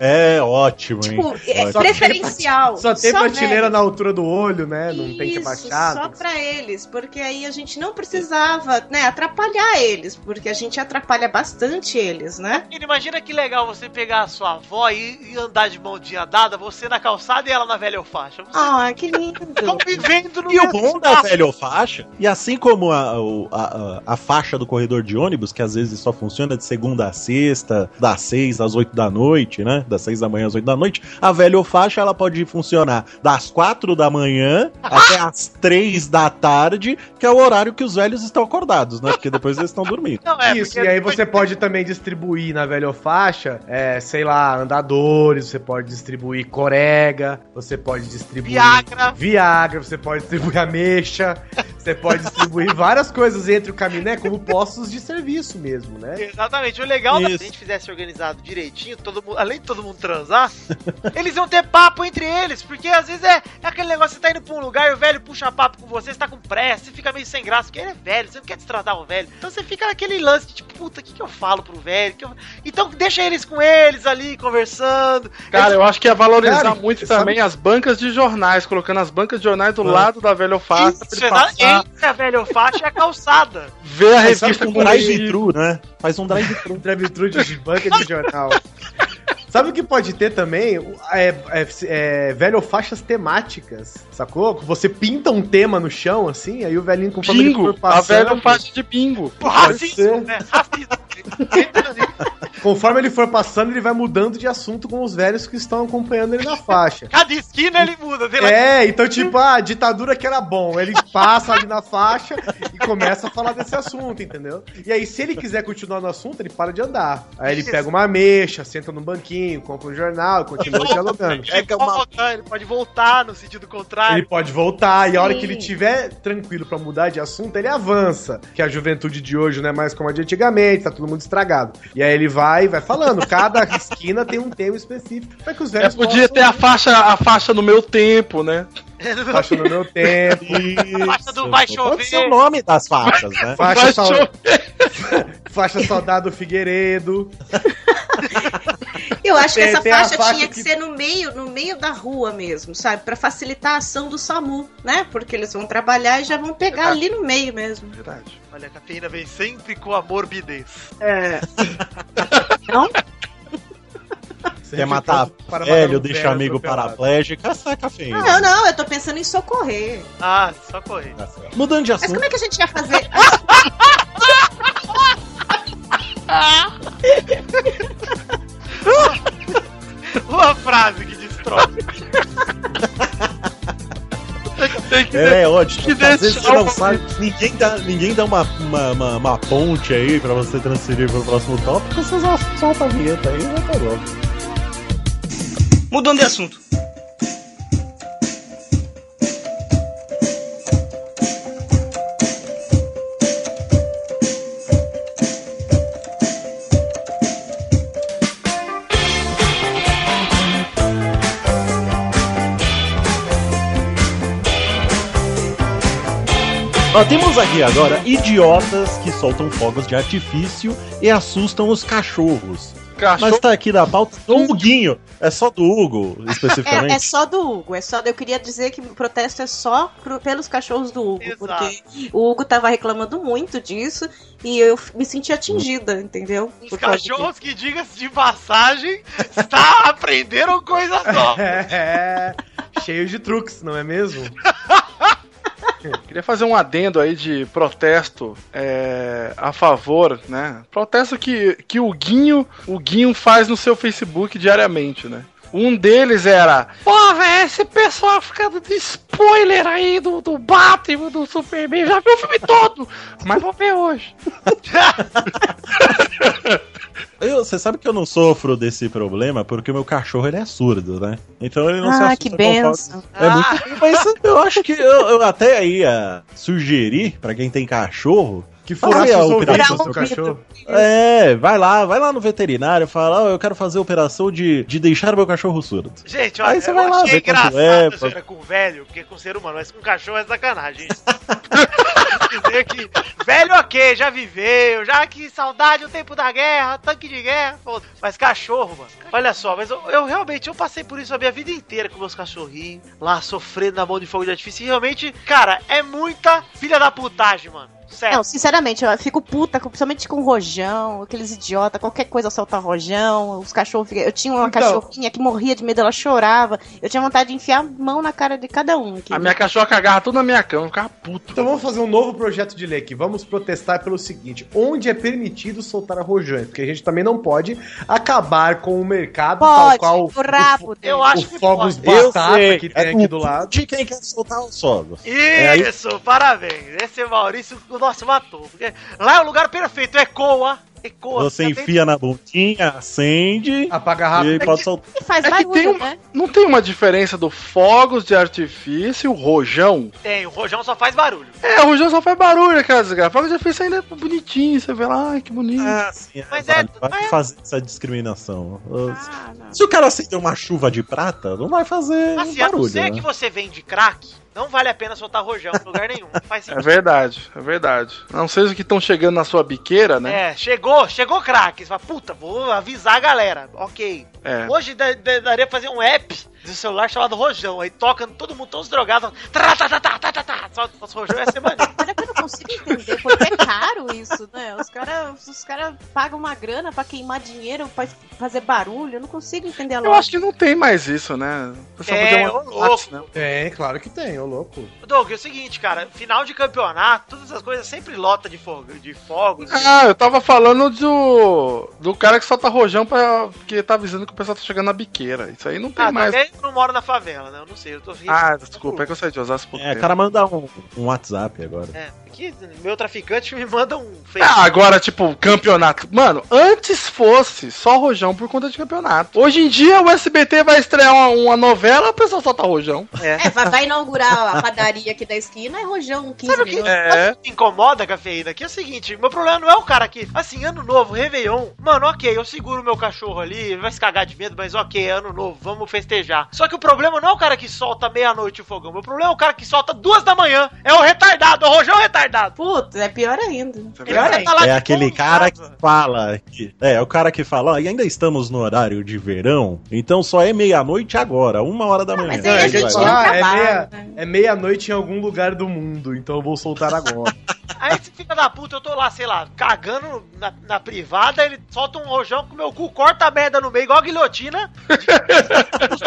É ótimo, hein?
Tipo, é
Ótimo.
preferencial.
Só tem prateleira
velhos.
na altura do olho, né? Não tem que
Isso,
baixar.
só pra eles, porque aí a gente não precisava, né, atrapalhar eles, porque a gente atrapalha bastante eles, né?
Menino, Imagina que legal você pegar a sua avó e, e andar de mãozinha dada, você na calçada e ela na velha faixa. Você tá
Ah, que lindo.
vivendo no
E
mesmo
o bom da
espaço.
velho faixa, e assim como a, o- a, a- a faixa do corredor de ônibus, que às vezes só funciona de segunda a sexta, das seis às oito da noite, né? Das seis da manhã às oito da noite, a velho faixa ela pode funcionar das quatro da manhã até às três da tarde, que é o horário que os velhos estão acordados, né? Porque depois eles estão dormindo.
é,
Isso, e aí você pode também distribuir na velha faixa, é, sei lá, andadores, você pode distribuir corega, você pode distribuir
Viagra.
Viagra, você pode distribuir ameixa, você pode distribuir várias coisas entre o caminho, né? Como postos de serviço mesmo, né?
Exatamente. O legal é se
Isso.
a gente fizesse organizado direitinho, todo mundo, além de todo mundo transar, eles iam ter papo entre eles, porque às vezes é, é aquele negócio, você tá indo pra um lugar e o velho puxa papo com você, você tá com pressa, você fica meio sem graça, porque ele é velho, você não quer destratar o velho. Então você fica naquele lance de tipo, puta, o que, que eu falo pro velho? Que eu- Então deixa eles com eles ali, conversando.
Cara, eu acho que ia valorizar
Cara,
muito
sabe-
também as bancas de jornais, colocando as bancas de jornais do
Ah.
lado da velha alface pra ele
Eles...
passar,
Entre a velha faixa e a calçada.
ver a
Mas sabe
Tá
revista
com
com ele.
Um drive-thru, né? Faz um drive-thru.
drive-thru de banca de jornal. Sabe o que pode ter também? O- É, é, é, velho faixas temáticas, sacou? Você pinta um tema no chão, assim, aí o velhinho com
Bingo, a velha faixa de bingo.
assim,
Pode ser.
né?
Conforme ele for passando, ele vai mudando de assunto com os velhos que estão acompanhando ele na faixa.
Cada esquina ele muda, sei lá.
É, então tipo, ah, ditadura que era bom. Ele passa ali na faixa e começa a falar desse assunto, entendeu? E aí, se ele quiser continuar no assunto, ele para de andar. Aí ele
Isso.
pega uma ameixa, senta no banquinho, compra um jornal e continua dialogando.
É
Ele, pode voltar, ele pode voltar no sentido contrário.
Ele pode voltar, e a hora
Sim.
que ele tiver tranquilo pra mudar de assunto, ele avança. Que a juventude de hoje não é mais como a de antigamente, tá todo mundo estragado. E aí ele vai vai falando. Cada esquina tem um tema específico. Pra que os
É,
velhos
podia ter a faixa, a faixa no meu tempo, né?
Faixa no meu tempo.
Faixa do vai chover.
Pode ser o nome das faixas, né?
Faixa, saudade, faixa saudado Figueiredo.
Eu acho que
Tem-
essa
tem a
faixa,
faixa
tinha que,
que-
ser no meio, no meio da rua mesmo, sabe? Pra facilitar a ação do SAMU, né? Porque eles vão trabalhar e já vão
É.
pegar ali no meio mesmo.
Verdade.
Olha, a cafeína vem sempre com a morbidez.
É.
Quer matar
Para matar
velho,
um
deixa
velho
amigo
atropelado.
paraplégico, essa é cafeína.
Não, não, Ah, eu tô pensando em socorrer.
Ah, só correr.
Mudando de
Mas
assunto.
como é que a gente ia fazer?
Uma frase que destrói.
Tem que
É, ótimo.
que
Às vezes você
deixar
não
o-
sabe. Ninguém dá, ninguém dá uma, uma, uma- uma ponte aí pra você transferir pro próximo tópico. Você só solta a vinheta aí né, tá e vai pra logo.
Mudando de assunto.
Nós temos aqui agora idiotas que soltam fogos de artifício e assustam os cachorros.
Cachorro?
Mas tá aqui na pauta do Huguinho. É só do Hugo, especificamente.
É, é só do Hugo, é só. Eu queria dizer que o protesto é só pro- pelos cachorros do Hugo, porque o Hugo tava reclamando muito disso e eu f- me senti atingida, entendeu?
Os
Por causa disso.
cachorros que, diga-se de passagem, está, aprenderam coisas novas.
É, cheio de truques, não é mesmo?
Queria fazer um adendo aí de protesto é, a favor, né? Protesto que, que o Guinho, o Guinho faz no seu Facebook diariamente, né? Um deles era.
Porra, esse pessoal fica dando spoiler aí do, do Batman, do Superman. Já viu o filme todo, mas vou ver hoje.
Eu- Você sabe que eu não sofro desse problema porque o meu cachorro ele é surdo, né? Então ele não se
Ah,
assusta
que
com falta-
benção.
Ah.
É muito. Mas eu acho que eu, eu até ia sugerir pra quem tem cachorro que
furasse os ouvidos
operação
do
do
cachorro.
É, vai lá, vai lá no veterinário, fala, ó, eu quero fazer a operação de, de deixar o meu cachorro surdo.
Gente,
Aí
olha,
você
eu
vai lá
achei
ver quanto
engraçado
é,
essa
pô.
história com um velho, porque com ser humano, mas com cachorro é sacanagem. dizer que velho ok, já viveu, já que saudade, o tempo da guerra, tanque de guerra, foda. mas cachorro, mano. Olha só, mas eu, eu realmente eu passei por isso a minha vida inteira com meus cachorrinhos, lá sofrendo na mão de fogo de artifício, e realmente, cara, é muita filha da putagem, mano. Sério.
É, Não, sinceramente, eu fico puta, com- principalmente com rojão, aqueles idiota, qualquer coisa solta rojão, os cachorros. ficam- Eu tinha uma
Então.
cachorrinha que morria de medo, ela chorava. Eu tinha vontade de enfiar a mão na cara de cada um. aqui.
A minha cachorra cagava tudo na minha cama, eu ficava puto.
Então vamos fazer um novo projeto de lei aqui. Vamos protestar pelo seguinte: onde é permitido soltar rojões? Porque a gente também não pode acabar com o mercado
Pode,
tal qual
o rabo
o,
dele.
o fogos
Eu
batata
sei,
que
é
tem aqui
o-
do lado.
De quem quer soltar o solo. É aí-
Isso, parabéns. Esse Maurício, o nosso matou. Porque lá é o lugar perfeito, ecoa. ecoa
Você
tá
enfia na bundinha, acende,
apaga
e aí pode soltar.
faz
é que
barulho,
tem um-
né?
Não tem uma diferença do fogos de artifício e o rojão?
Tem, o rojão só faz barulho.
É, o rojão só faz barulho, aquela desgraça. Fogos de artifício ainda é bonitinho, você vê lá, ai, que bonito.
Ah, sim,
Mas
vale,
é-
vai
mas é-
fazer essa discriminação.
Ah,
Se o cara acender uma chuva de prata, não vai
um
fazer
Assim, a não
barulho.
ser
né?
que você vende crack, não vale a pena soltar rojão em lugar nenhum. Não faz
É
sentido.
verdade, é verdade. A não ser os que estão chegando na sua biqueira, né?
É, chegou, chegou crack. Você fala, puta, vou avisar a galera. Ok.
É.
Hoje da- da- daria pra fazer um app do celular chamado Rojão. Aí toca todo mundo, todos drogados. Tá, tá, tá, tá, tá, tá, tá. Só os Rojão ia ser maneiro.
Olha que eu não consigo entender, porque é caro isso, né? Os caras os cara pagam uma grana pra queimar dinheiro, pra fazer barulho. Eu não consigo entender a
Eu
lógica.
acho que não tem mais isso, né? O pessoal
É,
podia
ô
mandar
louco.
lápis, né?
Tem, claro que tem, ô louco.
Doug, é o seguinte, cara. Final de campeonato, todas essas coisas sempre lota de fogo. De fogos.
Ah, eu tava falando do. do cara que solta rojão pra, porque tá avisando que o pessoal tá chegando na biqueira. Isso aí não tem
Ah,
mais.
também eu não moro na favela, né? Eu não sei, eu tô rindo.
Ah, desculpa, é que eu saí de Osasco por
É, o cara manda um, um WhatsApp agora.
É, aqui meu traficante me manda um fake.
Ah, agora, tipo, campeonato. Mano, antes fosse só rojão por conta de campeonato. Hoje em dia o SBT vai estrear uma, uma novela, o pessoal solta rojão.
É, vai, vai inaugurar a padaria aqui da esquina, é rojão 15
Sabe o que,
minutos.
É,
sabe É o que me incomoda, cafeína? Que é o seguinte, meu problema não é o cara que, assim, ano novo, Réveillon, mano, ok, eu seguro meu cachorro ali, ele vai se cagar de medo, mas ok, ano novo, vamos festejar. Só que o problema não é o cara que solta meia-noite o fogão, meu problema é o cara que solta duas da manhã. É o retardado, é o rojão retardado.
Puta, é pior ainda.
Pior
tá
ainda.
É aquele cara que fala. Que, é, é o cara que fala, ó, e ainda estamos no horário de verão, então só é meia-noite agora, uma hora da manhã.
mas aí a
Aí
gente
vai
já
lá.
tá-
Ah, é
trabalho,
meia-
né?
é meia-noite em algum lugar do mundo, então eu vou soltar agora.
Aí esse filho da puta, eu tô lá, sei lá, cagando na, na privada, ele solta um rojão com meu cu, corta a merda no meio, igual a guilhotina.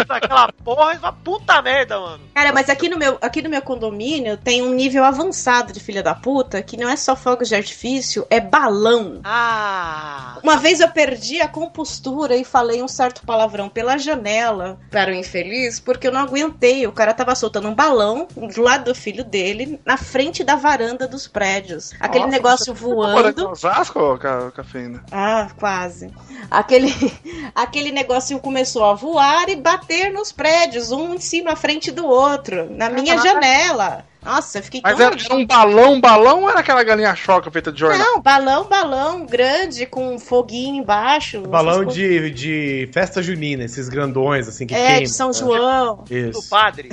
Daquela porra, e fala, puta merda, mano.
Cara, mas aqui no, meu, aqui no meu condomínio tem um nível avançado de filha da puta, que não é só fogos de artifício, é balão.
Ah...
Uma vez eu perdi a compostura e falei um certo palavrão pela janela para o infeliz, porque eu não aguentei. O cara tava soltando um balão do lado do filho dele, na frente da varanda dos prédios. Aquele
Nossa,
negócio
Morando em
voando.
Osasco, ô, ca- cafeína.
Ah, quase. Aquele, aquele negócio começou a voar e bater nos prédios, um em cima à frente do outro, na minha janela. Nossa, eu fiquei
Mas
tão
era, era um balão, balão ou era aquela galinha choca feita de jornal?
Não, balão, balão, grande, com um foguinho embaixo.
Balão
essas
de, de festa junina, esses grandões, assim, que
coisas. É,
queimam,
de São
né?
João.
do
Isso.
padre.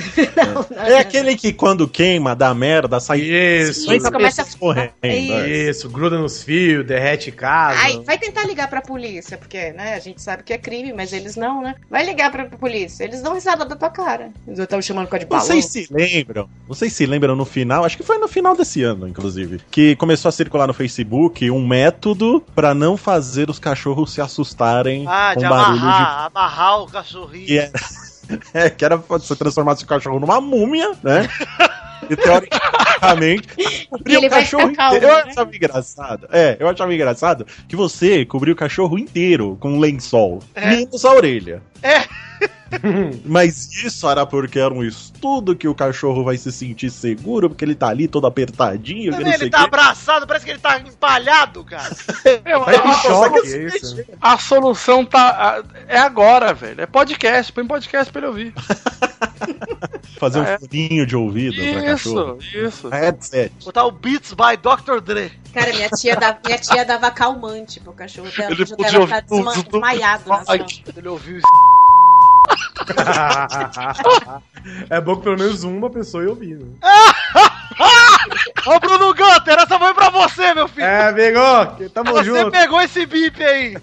É aquele que quando queima, dá merda, sai
Isso.
50
Começa a-
pessoas correndo. é.
Isso.
Isso, gruda nos fios, derrete casa.
Ai, vai tentar ligar pra polícia, porque, né, a gente sabe que é crime, mas eles não, né? Vai ligar pra polícia, eles dão risada da tua cara. Eles estavam chamando com de balão.
Vocês se lembram? Vocês se lembram no final? Acho que foi no final desse ano, inclusive, que começou a circular no Facebook um método pra não fazer os cachorros se assustarem
Ah,
com
de
Um barulho de
amarrar, amarrar o cachorrinho.
que era, é, que era você transformasse o cachorro numa múmia, né? E teoricamente, cobria
ele
o
vai
cachorro
ficar calmo,
inteiro. Eu
né?
achava engraçado. É, eu achava engraçado
É.
que você cobria o cachorro inteiro com um lençol, menos a orelha.
É.
Mas isso era porque era um estudo que o cachorro vai se sentir seguro, porque ele tá ali todo apertadinho.
É,
que não sei
Ele
o
tá
quê.
abraçado, parece que ele tá empalhado, cara.
Meu,
Vai
um
pro
a-
choque,
assim,
a-
é
A solução tá. a- É agora, velho. É podcast. Põe podcast pra ele ouvir.
Fazer um
É.
furinho de ouvido pra cachorro. É,
Isso, isso.
Headset.
Botar o Beats by Dr. Dre.
Cara, minha tia, dava, minha tia dava calmante pro cachorro dela.
Ele
O cachorro
podia
dela tá desma-
ouvir tudo.
desmaiado na sala.
Ele ouviu
é bom que pelo menos uma pessoa ia ouvir. né?
Ô, Bruno Gunter, essa foi pra você, meu filho.
É, pegou. Tamo
você
junto.
pegou esse bip aí.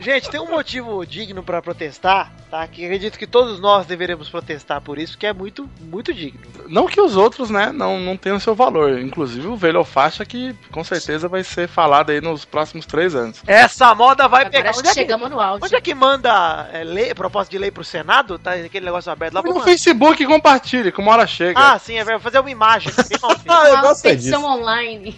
Gente, tem um motivo digno pra protestar, tá? Que acredito que todos nós deveremos protestar por isso, que é muito, muito digno.
Não que os outros, né, não, não tenham seu valor. Inclusive o velho alfacha que com certeza vai ser falado aí nos próximos três anos.
Essa moda vai pegar.
acho que chegamos no áudio.
Onde é que manda é, lei, proposta de lei pro Senado? Tá aquele negócio aberto lá.
No
vamos-
Facebook compartilhe, que uma hora chega.
Ah, sim, é verdade. Fazer uma imagem.
Ah, eu gosto é
Petição
disso.
online.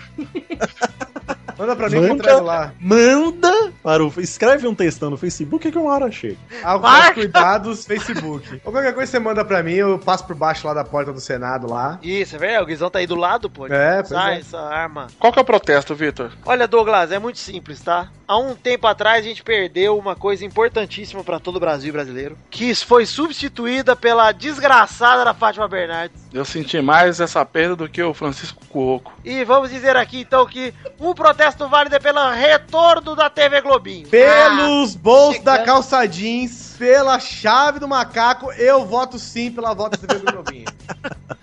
Manda pra mim que eu entrego lá.
Manda, manda para o. Escreve um textão no Facebook que uma hora chega.
Alguns
Marca.
cuidados, Facebook. Ou qualquer coisa você manda pra mim, eu passo por baixo lá da porta do Senado lá.
Isso, é verdade. O Guizão tá aí do lado, pô. Ele
É,
não
pois
Sai
é.
essa arma.
Qual que é o protesto, Vitor?
Olha, Douglas, é muito simples, tá? Há um tempo atrás a gente perdeu uma coisa importantíssima pra todo o Brasil brasileiro, que foi substituída pela desgraçada da Fátima Bernardes.
Eu senti mais essa perda do que o Francisco Cuoco.
E vamos dizer aqui então que um protesto válido é pelo retorno da TV Globinho.
Ah,
Pelos bolsos da calça jeans, pela chave do macaco, eu voto sim pela volta da TV Globinho.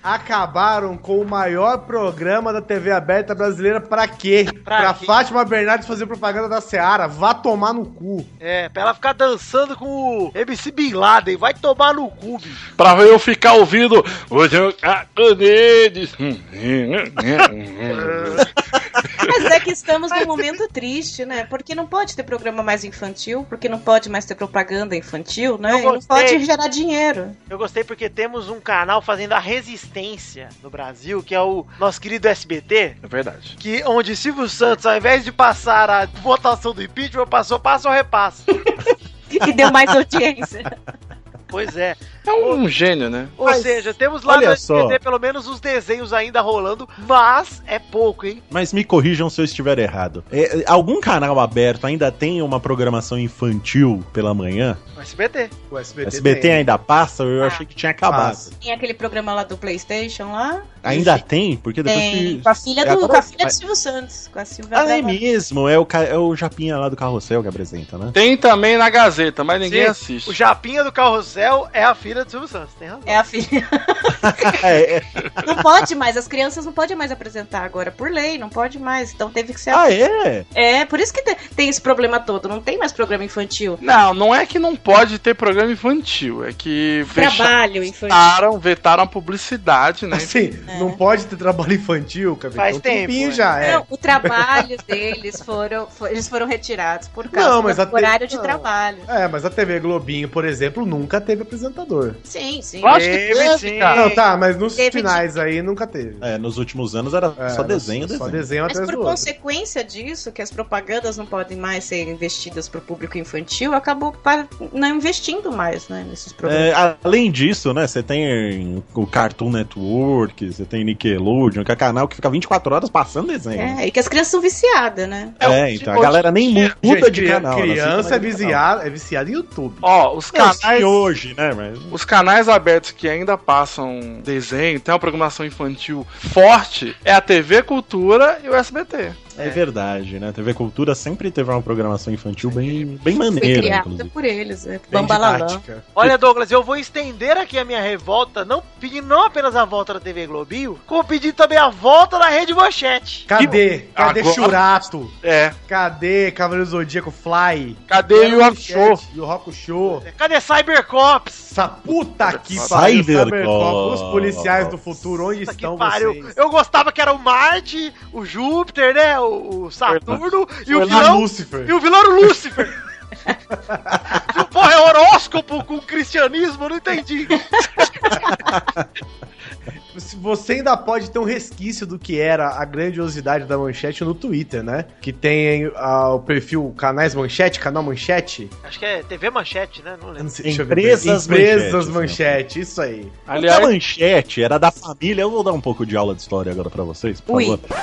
Acabaram com o maior programa da TV aberta brasileira pra quê? Pra, Fátima Bernardes fazer propaganda da Seara. Vá tomar no cu.
É, pra ela ficar dançando com o MC Bin Laden, vai tomar no cu, bicho.
Pra eu ficar ouvindo. Hoje eu.
Mas é que estamos num momento triste, né? Porque não pode ter programa mais infantil, porque não pode mais ter propaganda infantil, né?
Eu
E não
gostei.
pode gerar dinheiro.
Eu gostei porque temos um canal fazendo a resistência no Brasil, que é o nosso querido SBT,
É verdade.
que onde Silvio Santos, ao invés de passar a votação do impeachment, passou passa ou repassa.
E deu mais audiência.
Pois é.
É um gênio, né?
Ou seja, temos lá
olha
no
só.
SBT pelo menos os desenhos ainda rolando, mas é pouco, hein?
Mas me corrijam se eu estiver errado. É, é, algum canal aberto ainda tem uma programação infantil pela manhã?
O SBT.
O
O
SBT,
SBT ainda passa?
Ah.
Eu achei que tinha acabado.
Tem aquele programa lá do Playstation lá.
Ainda tem? Porque depois
Tem.
que-
Com a filha
É,
do,
agora-
com a filha do Silvio Santos. Com a Silvia
Ah, é
Bela.
mesmo. É o, ca- é o Japinha lá do Carrossel que apresenta, né?
Tem também na Gazeta, mas ninguém
Sim,
assiste.
O Japinha do Carrossel é a filha do Silvio Santos, tem razão.
É a filha.
É, é.
Não pode mais, as crianças não podem mais apresentar agora, por lei, não pode mais. Então teve que ser.
Ah, é?
É, por isso que te- tem esse problema todo, não tem mais programa infantil.
Não, não é que não pode ter programa infantil, é que
Trabalho
vexa-
infantil.
vetaram, vetaram a publicidade, né?
Assim, não pode ter trabalho infantil, cabelo.
Faz
um
tempo,
tempinho
é.
já, é.
Não, o trabalho deles foram, fo- eles foram retirados por
Não,
causa
mas a
do
te-
horário de
não.
trabalho.
É, mas a TV Globinho, por exemplo, nunca teve apresentador.
Sim, sim.
Lógico que teve, cara.
Não, tá, mas nos
Teve
finais aí nunca teve.
É, nos últimos anos É, era só
era
desenho,
É, só
desenho.
desenho
Mas
atrás
por
do outro.
consequência disso, que as propagandas não podem mais ser investidas para o público infantil, acabou pa- não investindo mais né, nesses
É,
programas.
além disso, né, você tem o Cartoon Network, você tem Nickelodeon, que é canal que fica 24 horas passando desenho.
É, e que as crianças são viciadas, né?
É, então a galera nem muda de canal. né,
criança
fica
é
mais no canal.
viciada, é viciada em YouTube.
Ó, os canais.
E hoje, né, mas...
Os canais abertos que ainda passam desenho, tem uma programação infantil forte, é a TV Cultura e o SBT.
É verdade, né? TV Cultura sempre teve uma programação infantil bem, bem
Foi
maneira,
criada
inclusive.
por eles, né?
Bem
Bambalalão.
didática.
Olha, Douglas, eu vou estender aqui a minha revolta, não pedindo não apenas a volta da TV Globinho, como pedindo também a volta da Rede Manchete.
Cadê? Cadê
Agora-
Churato?
É.
Cadê Cavaleiro Zodíaco Fly?
Cadê o Rock
Show?
Show?
E o Rock Show?
Cadê Cybercops?
Essa puta que
Cyber-
pariu, Cybercop, os policiais do futuro, onde
Que
estão
pariu.
vocês?
Eu gostava que era o Marte, o Júpiter, né? O, o Saturno e o
Foi lá
vilão.
Lúcifer.
E o vilão era o Lúcifer. Que Porra, é horóscopo com cristianismo, eu não entendi.
Os você ainda pode ter um resquício do que era a grandiosidade da manchete no Twitter, né? Que tem ah, o perfil Canais Manchete, Canal Manchete.
Acho que é TV Manchete, né? Não lembro.
Deixa eu ver. né?
Empresas
Empresas
Manchete,
Manchete, isso aí.
Aliás, a manchete era da família. Eu vou dar um pouco de aula de história agora pra vocês, por
Ui.
favor.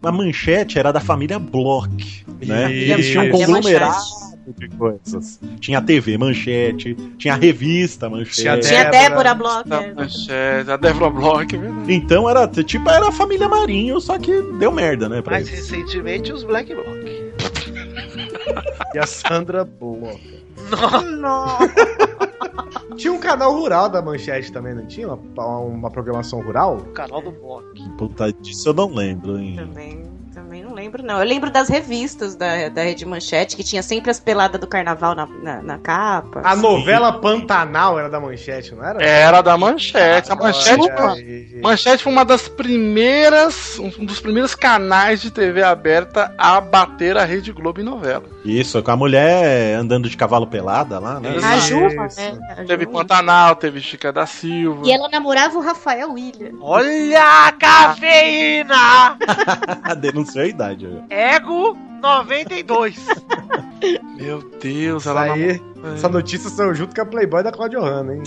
A manchete era da família Bloch, né?
Isso.
Eles tinham um
Família
conglomerado de coisas. Tinha a TV Manchete, tinha a revista Manchete.
Tinha a
Tinha a Débora Blocker.
Manchete, a Débora Bloch, é verdade.
Então era tipo era a família Marinho, só que deu merda, né? Pra
Mais
eles.
recentemente, os Black Block.
E a Sandra Bloch.
Nossa!
Tinha um canal rural da Manchete também, não tinha? Uma, uma programação rural?
Canal do Block.
Puta, disso eu não lembro, hein?
Também, também não lembro, não. Eu lembro das revistas da, da Rede Manchete, que tinha sempre as peladas do carnaval na, na, na capa.
A
assim.
novela Pantanal era da Manchete, não era?
Era da Manchete. A
Olha
Manchete,
aí.
Manchete foi uma das primeiras, um dos primeiros canais de TV aberta a bater a Rede Globo em novela.
Isso, com a mulher andando de cavalo pelada lá, né?
A Juva,
né?
Teve Pantanal, teve Chica da Silva.
E ela namorava o Rafael William.
Olha a cafeína!
É.
Denunciou a idade.
Né,
eu.
Ego 92.
Meu Deus,
ela aí, Essa notícia saiu junto com a Playboy da Claudio Hanna, hein?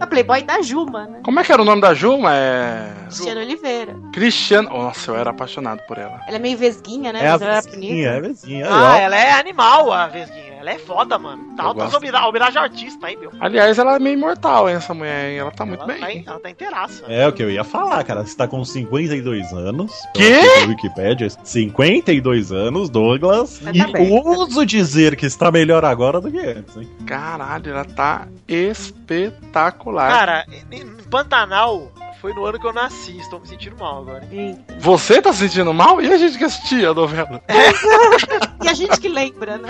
A Playboy da Juma, né?
Como é que era o nome da Juma? É.
Cristiana Oliveira.
Cristiano. Nossa, eu era apaixonado por ela.
Ela é meio vesguinha, né?
É a
Mas ela era
vesguinha,
bonita.
é a vesguinha.
Ah, ela é animal, a Vesguinha. Ela é foda, mano. Tá
Eu
altas
gosto.
homina- homenagem a artista aí, meu.
Aliás, ela é meio imortal, hein, essa mulher, hein? Ela tá muito
ela,
bem.
tá, em- ela tá inteiraça.
É o que eu ia falar, cara. Você tá com 52 anos.
Quê?
Pela Wikipédia, 52 anos, Douglas.
Mas
e
tá bem.
ouso dizer que está melhor agora do que antes, hein?
Caralho, ela tá espetacular.
Cara, em em Pantanal foi no ano que eu nasci. Estou me sentindo mal agora.
Você tá se sentindo mal? E a gente que assistia a novela?
E a gente que lembra, né?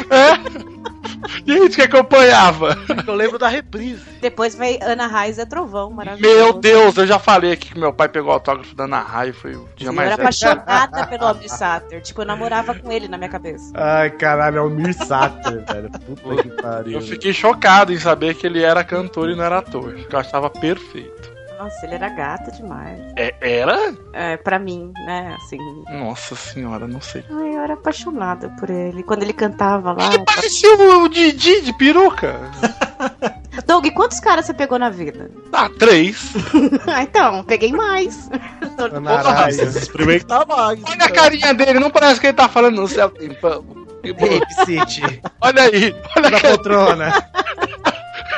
E a gente que acompanhava?
Eu lembro da reprise.
Depois veio Ana Raiz é Trovão, maravilhoso.
Meu Deus, eu já falei aqui que meu pai pegou o autógrafo da Ana Raio, foi o dia
Eu
mais
era
épico.
apaixonada pelo Almir Sater. Tipo, eu namorava com ele na minha cabeça.
Ai, caralho, é o Mir Sater, velho. Puta que pariu.
Eu fiquei chocado em saber que ele era cantor e não era ator, que eu achava perfeito.
Nossa, ele era gato demais.
É, era?
É, pra mim, né? Assim.
Nossa senhora, não sei.
Ai, eu era apaixonada por ele. Quando ele cantava lá.
Ele parecia o, o Didi de peruca.
Doug, quantos caras você pegou na vida?
Ah, três.
Ah, então, peguei mais. Tô-
né?
Olha a carinha dele, não parece que ele tá falando no céu tempão.
City.
Olha aí, olha
Na poltrona.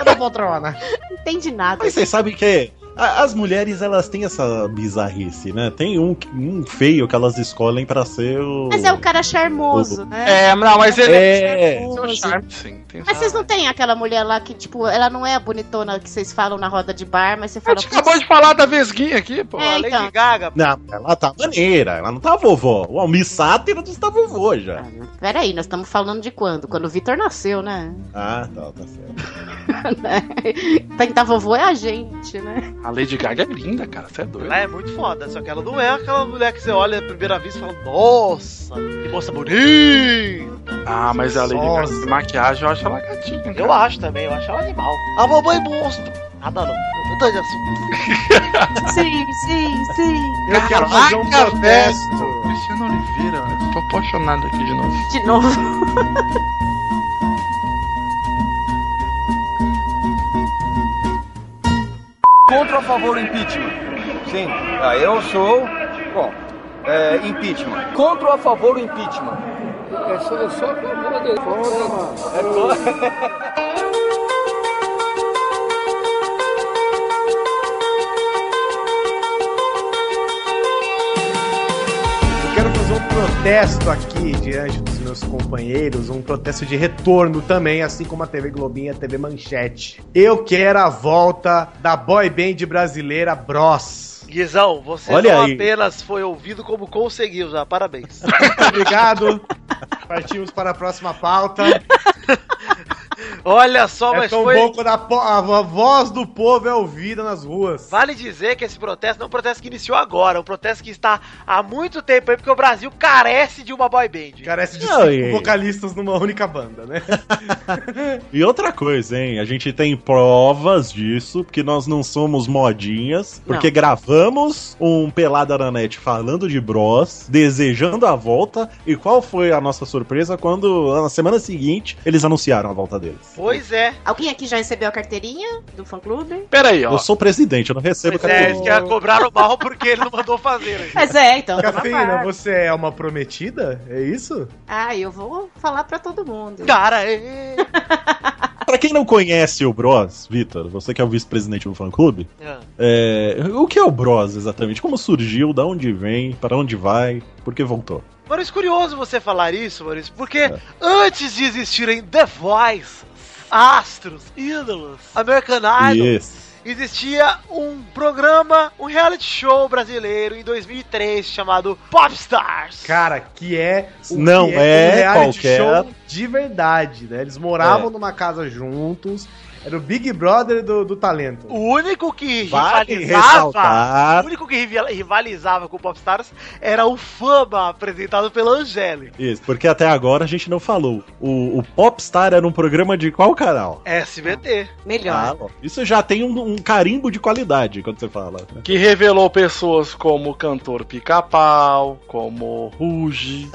Na poltrona.
Não entendi nada.
Mas é vocês sabem que a- as mulheres, elas têm essa bizarrice, né? Tem um, que- um feio que elas escolhem pra ser o...
Mas é o cara charmoso, né?
É, não, mas ele
É.
Tem um charme, sim. Tem um
Mas vocês não tem aquela mulher lá que, tipo, ela não é a bonitona que vocês falam na roda de bar, mas você fala.
Acabou de falar da vesguinha aqui, pô.
É,
Lady
então.
Gaga.
Não, ela tá maneira, ela não tá vovó. O Almir Sater não tá vovô já.
Ah.
Peraí, nós estamos falando de quando? Quando o Vitor nasceu, né?
Ah, tá, tá certo.
Quem tá vovô é a gente, né?
A Lady Gaga é linda, cara, você é doido.
Ela é muito foda, só que ela não é aquela mulher que você olha à primeira vista e fala, nossa, que moça bonita.
Ah, mas a Lady Gaga
Nossa.
de maquiagem eu acho ela gatinha. cara.
Eu acho também, eu acho ela animal. A mamãe monstro. Nada não, mudando de assunto.
Sim, sim, sim.
Eu quero fazer um
Caraca,
protesto.
velho. Cristiano Oliveira, eu tô apaixonado aqui de novo.
De novo.
Contra ou a favor do impeachment? Sim. Ah, eu sou. Bom, é, impeachment. Contra ou a favor do impeachment?
É só, é só
Eu quero fazer um protesto aqui diante dos meus companheiros, um protesto de retorno também, assim como a TV Globinha, a TV Manchete. Eu quero a volta da boy band brasileira Bros.
Guizão, você
Olha
não
aí.
apenas foi ouvido como conseguiu já, parabéns.
Obrigado. Partimos para a próxima pauta.
Olha só,
é
mas
tão
foi-
bom quando a, po- a- a voz do povo é ouvida nas ruas.
Vale dizer que esse protesto não é um protesto que iniciou agora, é um protesto que está há muito tempo aí, porque o Brasil carece de uma boy band.
Carece de
Não,
cinco
e-
vocalistas numa única banda, né?
E outra coisa, hein? A gente tem provas disso, porque nós não somos modinhas, porque
Não.
gravamos um Pelada na Net falando de Bros, desejando a volta, e qual foi a nossa surpresa quando, na semana seguinte, eles anunciaram a volta deles?
Pois é.
Alguém aqui já recebeu a carteirinha do fã-clube?
Peraí, ó.
Eu sou presidente, eu não recebo
Pois é, eles já cobraram mal porque ele não mandou fazer. né?
Mas é, então. tá na
Cafeína,
parte.
você é uma prometida? É isso?
Ah, eu vou falar pra todo mundo.
Cara, é...
Pra quem não conhece o Bros, Vitor, você que é o vice-presidente do fã-clube,
Ah.
é, o que é o Bros exatamente? Como surgiu? Da onde vem? Para onde vai? Por que voltou?
Maurício, curioso você falar isso, Maurício, porque
É.
antes de existirem The Voice, Astros, Ídolos, American Idol,
Yes.
existia um programa, um reality show brasileiro em 2003 chamado Popstars.
Cara, que é
Não
que
é
um reality
qualquer-
show de verdade, né? Eles moravam
É.
numa casa juntos. Era o Big Brother do, do talento.
O único que
Vale
rivalizava,
ressaltar-
o único que rival- rivalizava com o Popstars era o Fama, apresentado pela Angélica.
Isso, porque até agora a gente não falou. O, o Popstar era um programa de qual canal?
SBT.
Ah, ó, isso já tem um, um carimbo de qualidade quando você fala. né?
Que revelou pessoas como o cantor Pica-Pau, como Ruge,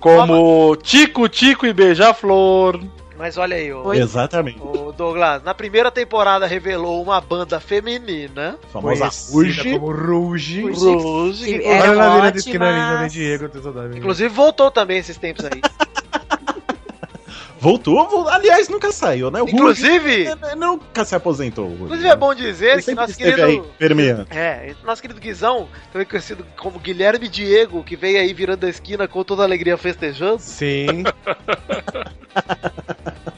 como Tico Tico e Beija-Flor.
Mas olha aí, ô,
Exatamente.
ô Douglas, na primeira temporada revelou uma banda feminina.
Famosa
Conhecida como Ruge.
Ruge, que
Olha
é.
eram
na Avenida da
ótimas.
Esquina, ali, na Avenida Diego, eu tenho saudade.
Inclusive voltou também esses tempos aí.
Voltou, vol- aliás, nunca saiu, né? O Hulk
Inclusive-
n- nunca se aposentou. o Hulk,
Inclusive é
né?
bom dizer
Ele
que
sempre
nosso
esteve
querido.
aí, permeando.
É, nosso querido Guizão, também conhecido como Guilherme Diego, que veio aí virando a esquina com toda a alegria festejando.
Sim.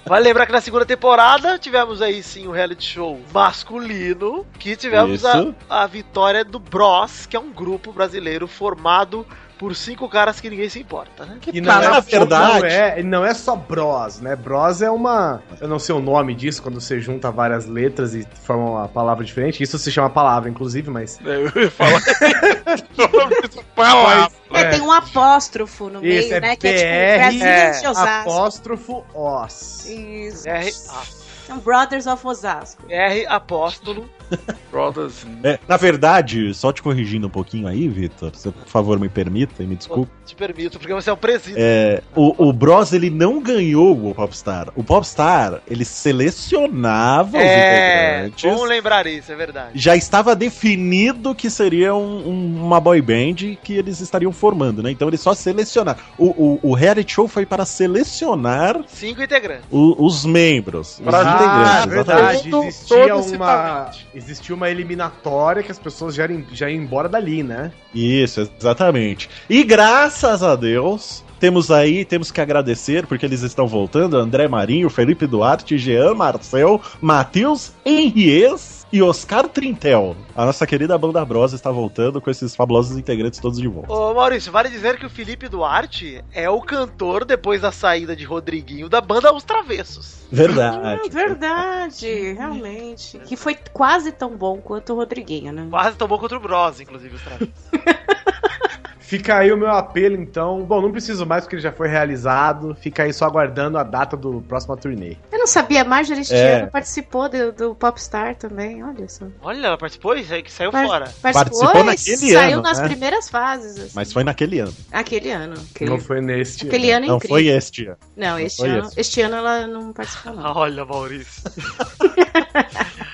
Vale lembrar que na segunda temporada tivemos aí sim um reality show masculino, que tivemos a,
Isso.
a vitória do Bros, que é um grupo brasileiro formado por cinco caras que ninguém se importa, né?
E não, é, não, é, não é só Bros, né? Bros é uma. Eu não sei o nome disso, quando você junta várias letras e forma uma palavra diferente. Isso se chama palavra, inclusive, mas.
Eu ia falar. ah,
É, tem um apóstrofo no
Ah, Isso,
meio,
é
né?
BR,
Que é tipo Brasília de Osasco.
apóstrofo Os.
Isso.
R,
São Brothers of Osasco.
R apóstolo.
Brothers.
É, na verdade, só te corrigindo um pouquinho aí, Vitor, se por favor me permita e me desculpe.
Te permito, porque você é um presídio.
É, o, o Bros ele não ganhou o Popstar. O Popstar ele selecionava
É,
os
bom
integrantes.
lembrar isso, é verdade.
Já estava definido que seria um- um- uma boy band que eles estariam formando, né? Então ele só selecionava. O, o, o reality show foi para selecionar
Cinco integrantes.
o- os membros, os
Ah, é
integrantes. exatamente.
verdade. Existia
todo esse
uma, existia uma eliminatória que as pessoas já, iam- já iam embora dali, né?
Isso, exatamente. E graças a Deus, temos aí, temos que agradecer, porque eles estão voltando: André Marinho, Felipe Duarte, Jean Marcel, Matheus Henriez e Oscar Trintel. A nossa querida banda Bros está voltando com esses fabulosos integrantes todos de volta.
Ô Maurício, vale dizer que o Felipe Duarte é o cantor, depois da saída de Rodriguinho, da banda Os Travessos.
Verdade.
É verdade, realmente. Que foi quase tão bom quanto o Rodriguinho, né?
Quase tomou contra o Bros, inclusive, os Travessos.
Fica aí o meu apelo, então. Bom, não preciso mais porque ele já foi realizado. Fica aí só aguardando a data do próximo turnê.
Eu não sabia, a Marjorie
É.
Tiano participou do, do Popstar também, olha só.
Olha, ela participou e saiu, que saiu
Par-
fora.
Participou,
Participou
e
naquele
saiu
ano,
nas
né?
primeiras fases. assim.
Mas foi naquele ano.
Aquele ano. Aquele,
Não foi neste
aquele ano é
Não
incrível.
foi este ano.
Não, este
foi
ano,
esse.
este ano ela não participou. Não.
Ah, Olha, Maurício.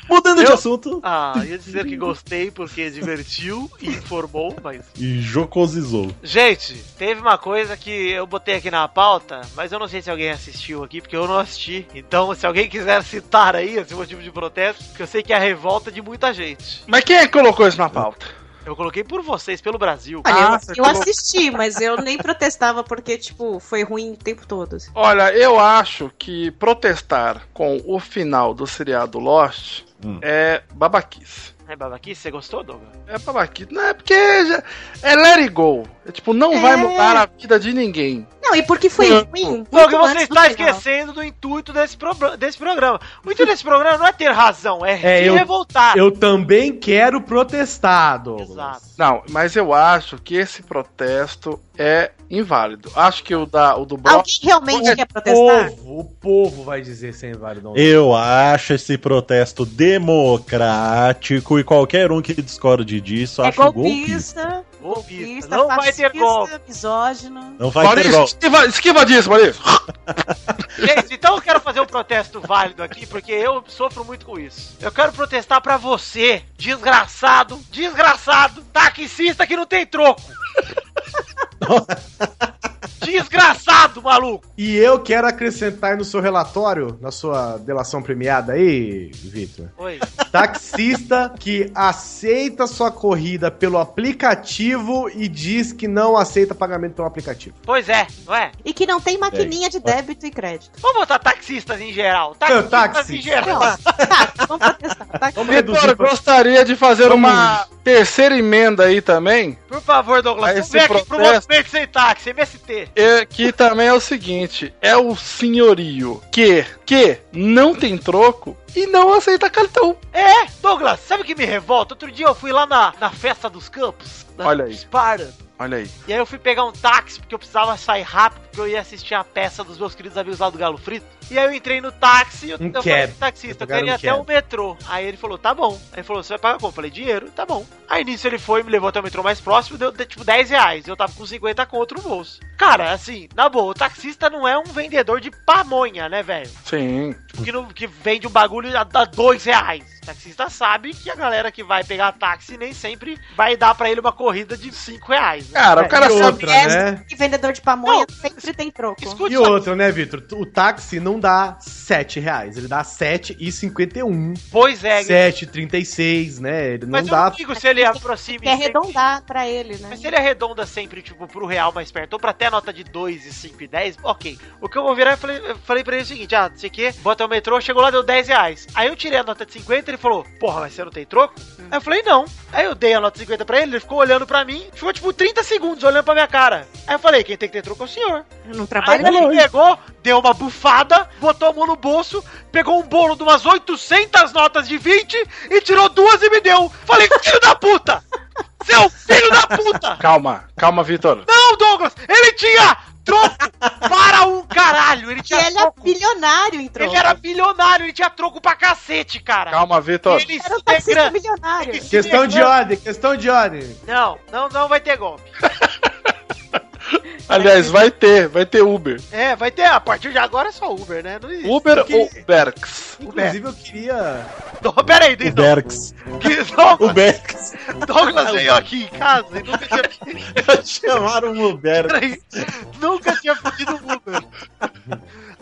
Mudando de assunto.
Ah, ia dizer que gostei porque divertiu e informou, mas.
E jocosizou.
Gente, teve uma coisa que eu botei aqui na pauta, mas eu não sei se alguém assistiu aqui, porque eu não assisti. Então, se alguém quiser citar aí esse motivo de protesto, que eu sei que é a revolta de muita gente.
Mas quem é que colocou isso na pauta?
Eu coloquei por vocês, pelo Brasil.
Olha,
Ah,
eu-
você
eu,
colocou-
assisti, mas eu nem protestava porque, tipo, foi ruim o tempo todo. assim.
Olha, eu acho que protestar com o final do seriado Lost é babaquice.
É babaquice? Você gostou, Douglas?
É babaquice. Não é porque já- é let it go. É tipo, não vai mudar a vida de ninguém.
Não, e porque foi ruim.
Doug,
muito
você
antes do
está
final.
esquecendo do intuito desse, pro- desse programa. O intuito desse programa não é ter razão, é,
É,
se
eu,
revoltar.
eu também quero protestar, Douglas.
Não, mas eu acho que esse protesto é inválido. Acho que o, da, o do Brock.
Alguém realmente quer
O
protestar?
povo, o povo vai dizer sem válido.
Eu acho esse protesto democrático e qualquer um que discorde disso
É
acho um golpista.
golpista, golpista,
Não vai ter
é fascista,
golpe.
misógino.
Não vai ter golpe.
esquiva, esquiva disso, Maurício.
Gente, então eu quero fazer um protesto válido aqui, porque eu sofro muito com isso. Eu quero protestar pra você, desgraçado, desgraçado, taxista que não tem troco. desgraçado, maluco.
E eu quero acrescentar no seu relatório, na sua delação premiada aí, Vitor.
Oi.
Taxista que aceita sua corrida pelo aplicativo e diz que não aceita pagamento pelo aplicativo.
Pois é, não é?
E que não tem maquininha de débito e crédito.
Vamos botar taxistas em geral.
Meu,
Taxistas
táxi.
em geral.
tá?
Vitor, gostaria de fazer uma terceira emenda aí também.
Por favor, Douglas, vamos
Esse
ver aqui pro
protesto-
movimento sem táxi, MST.
é, que também é o seguinte: é o senhorio que, que não tem troco e não aceita cartão.
É, Douglas, sabe o que me revolta? Outro dia eu fui lá na, na festa dos campos. Na
Olha aí.
Sparta.
Olha aí.
E aí eu fui pegar um táxi, porque eu precisava sair rápido, porque eu ia assistir a peça dos meus queridos amigos lá do Galo Frito. E aí eu entrei no táxi e eu,
Um
eu falei
cab.
pro taxista, eu
Pegaram
queria
um
até
cab.
o metrô. Aí ele falou, tá bom. Aí ele falou, você vai pagar como? Eu falei, dinheiro, tá bom. Aí nisso ele foi, me levou até o metrô mais próximo, deu de- tipo 10 reais. Eu tava com 50 conto no bolso. Cara, assim, na boa, o taxista não é um vendedor de pamonha, né, velho? Tipo,
Sim.
que, não, que vende um bagulho a, a dois reais. O taxista sabe que a galera que vai pegar táxi nem sempre vai dar pra ele uma corrida de cinco reais. né?
Cara, o cara
É, e
sabe.
outra, né?
E vendedor de pamonha sempre tem troco.
Escute
E
isso aqui.
outra, né, Vitor? O táxi não dá R$ 7 reais, ele dá R$ 7,51.
Pois é,
7,36, né? Ele não
mas eu
dá.
não digo se ele aproxima.
Quer
sempre-
arredondar pra ele, né?
Mas se ele arredonda sempre, tipo, pro real mais perto, ou pra até a nota de 2 e 5 e 10, ok. O que eu vou virar, eu falei, eu falei pra ele o seguinte, ah, não sei o que, bota o metrô, chegou lá, deu 10 reais. Aí eu tirei a nota de 50, ele falou, porra, mas você não tem troco?
Hum.
Aí eu falei, não. Aí eu dei a nota de 50 pra ele, ele ficou olhando pra mim, ficou tipo 30 segundos olhando pra minha cara. Aí eu falei, quem tem que ter troco é o senhor.
Eu não
Aí
trabalho
ele pegou, deu uma bufada, botou a mão no bolso, pegou um bolo de umas 800 notas de 20 e tirou duas e me deu. Falei, filho da puta! Seu filho da puta!
Calma, calma, Vitor.
Não, Douglas! Ele tinha troco para um caralho! Ele
Que
tinha
ele é
troco!
bilionário em troco.
Ele era bilionário, ele tinha troco pra cacete, cara!
Calma, Vitor.
Ele
Era um
se
taxista
degra-
milionário.
ele é se
Questão de
degra-
ordem, questão de ordem.
Não, não, não vai ter golpe.
Aliás, vai ter, vai ter Uber.
É, vai ter, a partir de agora é só Uber, né? Não existe.
Uber
Que-
ou Berks?
Inclusive,
É.
eu queria.
Não, Pera aí,
O
então.
Berks.
Que Douglas,
O Berks.
Douglas veio aqui em casa e nunca tinha...
Chamaram o Berks.
Peraí, nunca tinha pedido um Uber.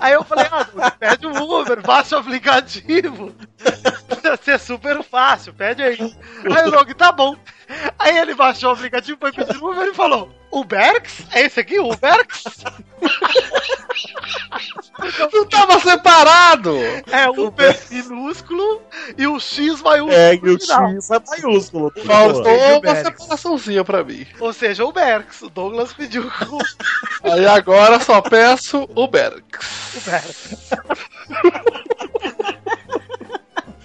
Aí eu falei, ah, Douglas, pede um Uber, baixa o aplicativo. Deve ser super fácil, pede aí. Aí o Doug, tá bom. Aí ele baixou o aplicativo, foi pedir um Uber e falou, Uberx? É esse aqui, Uberx?
Não tava separado!
É Uber minúsculo e o X vai o
É, e o X é maiúsculo. pô.
Faltou uma
Uberx.
separaçãozinha pra mim.
Ou seja, Uberx. O Douglas pediu o
Aí agora só peço Uberx.
Uberx.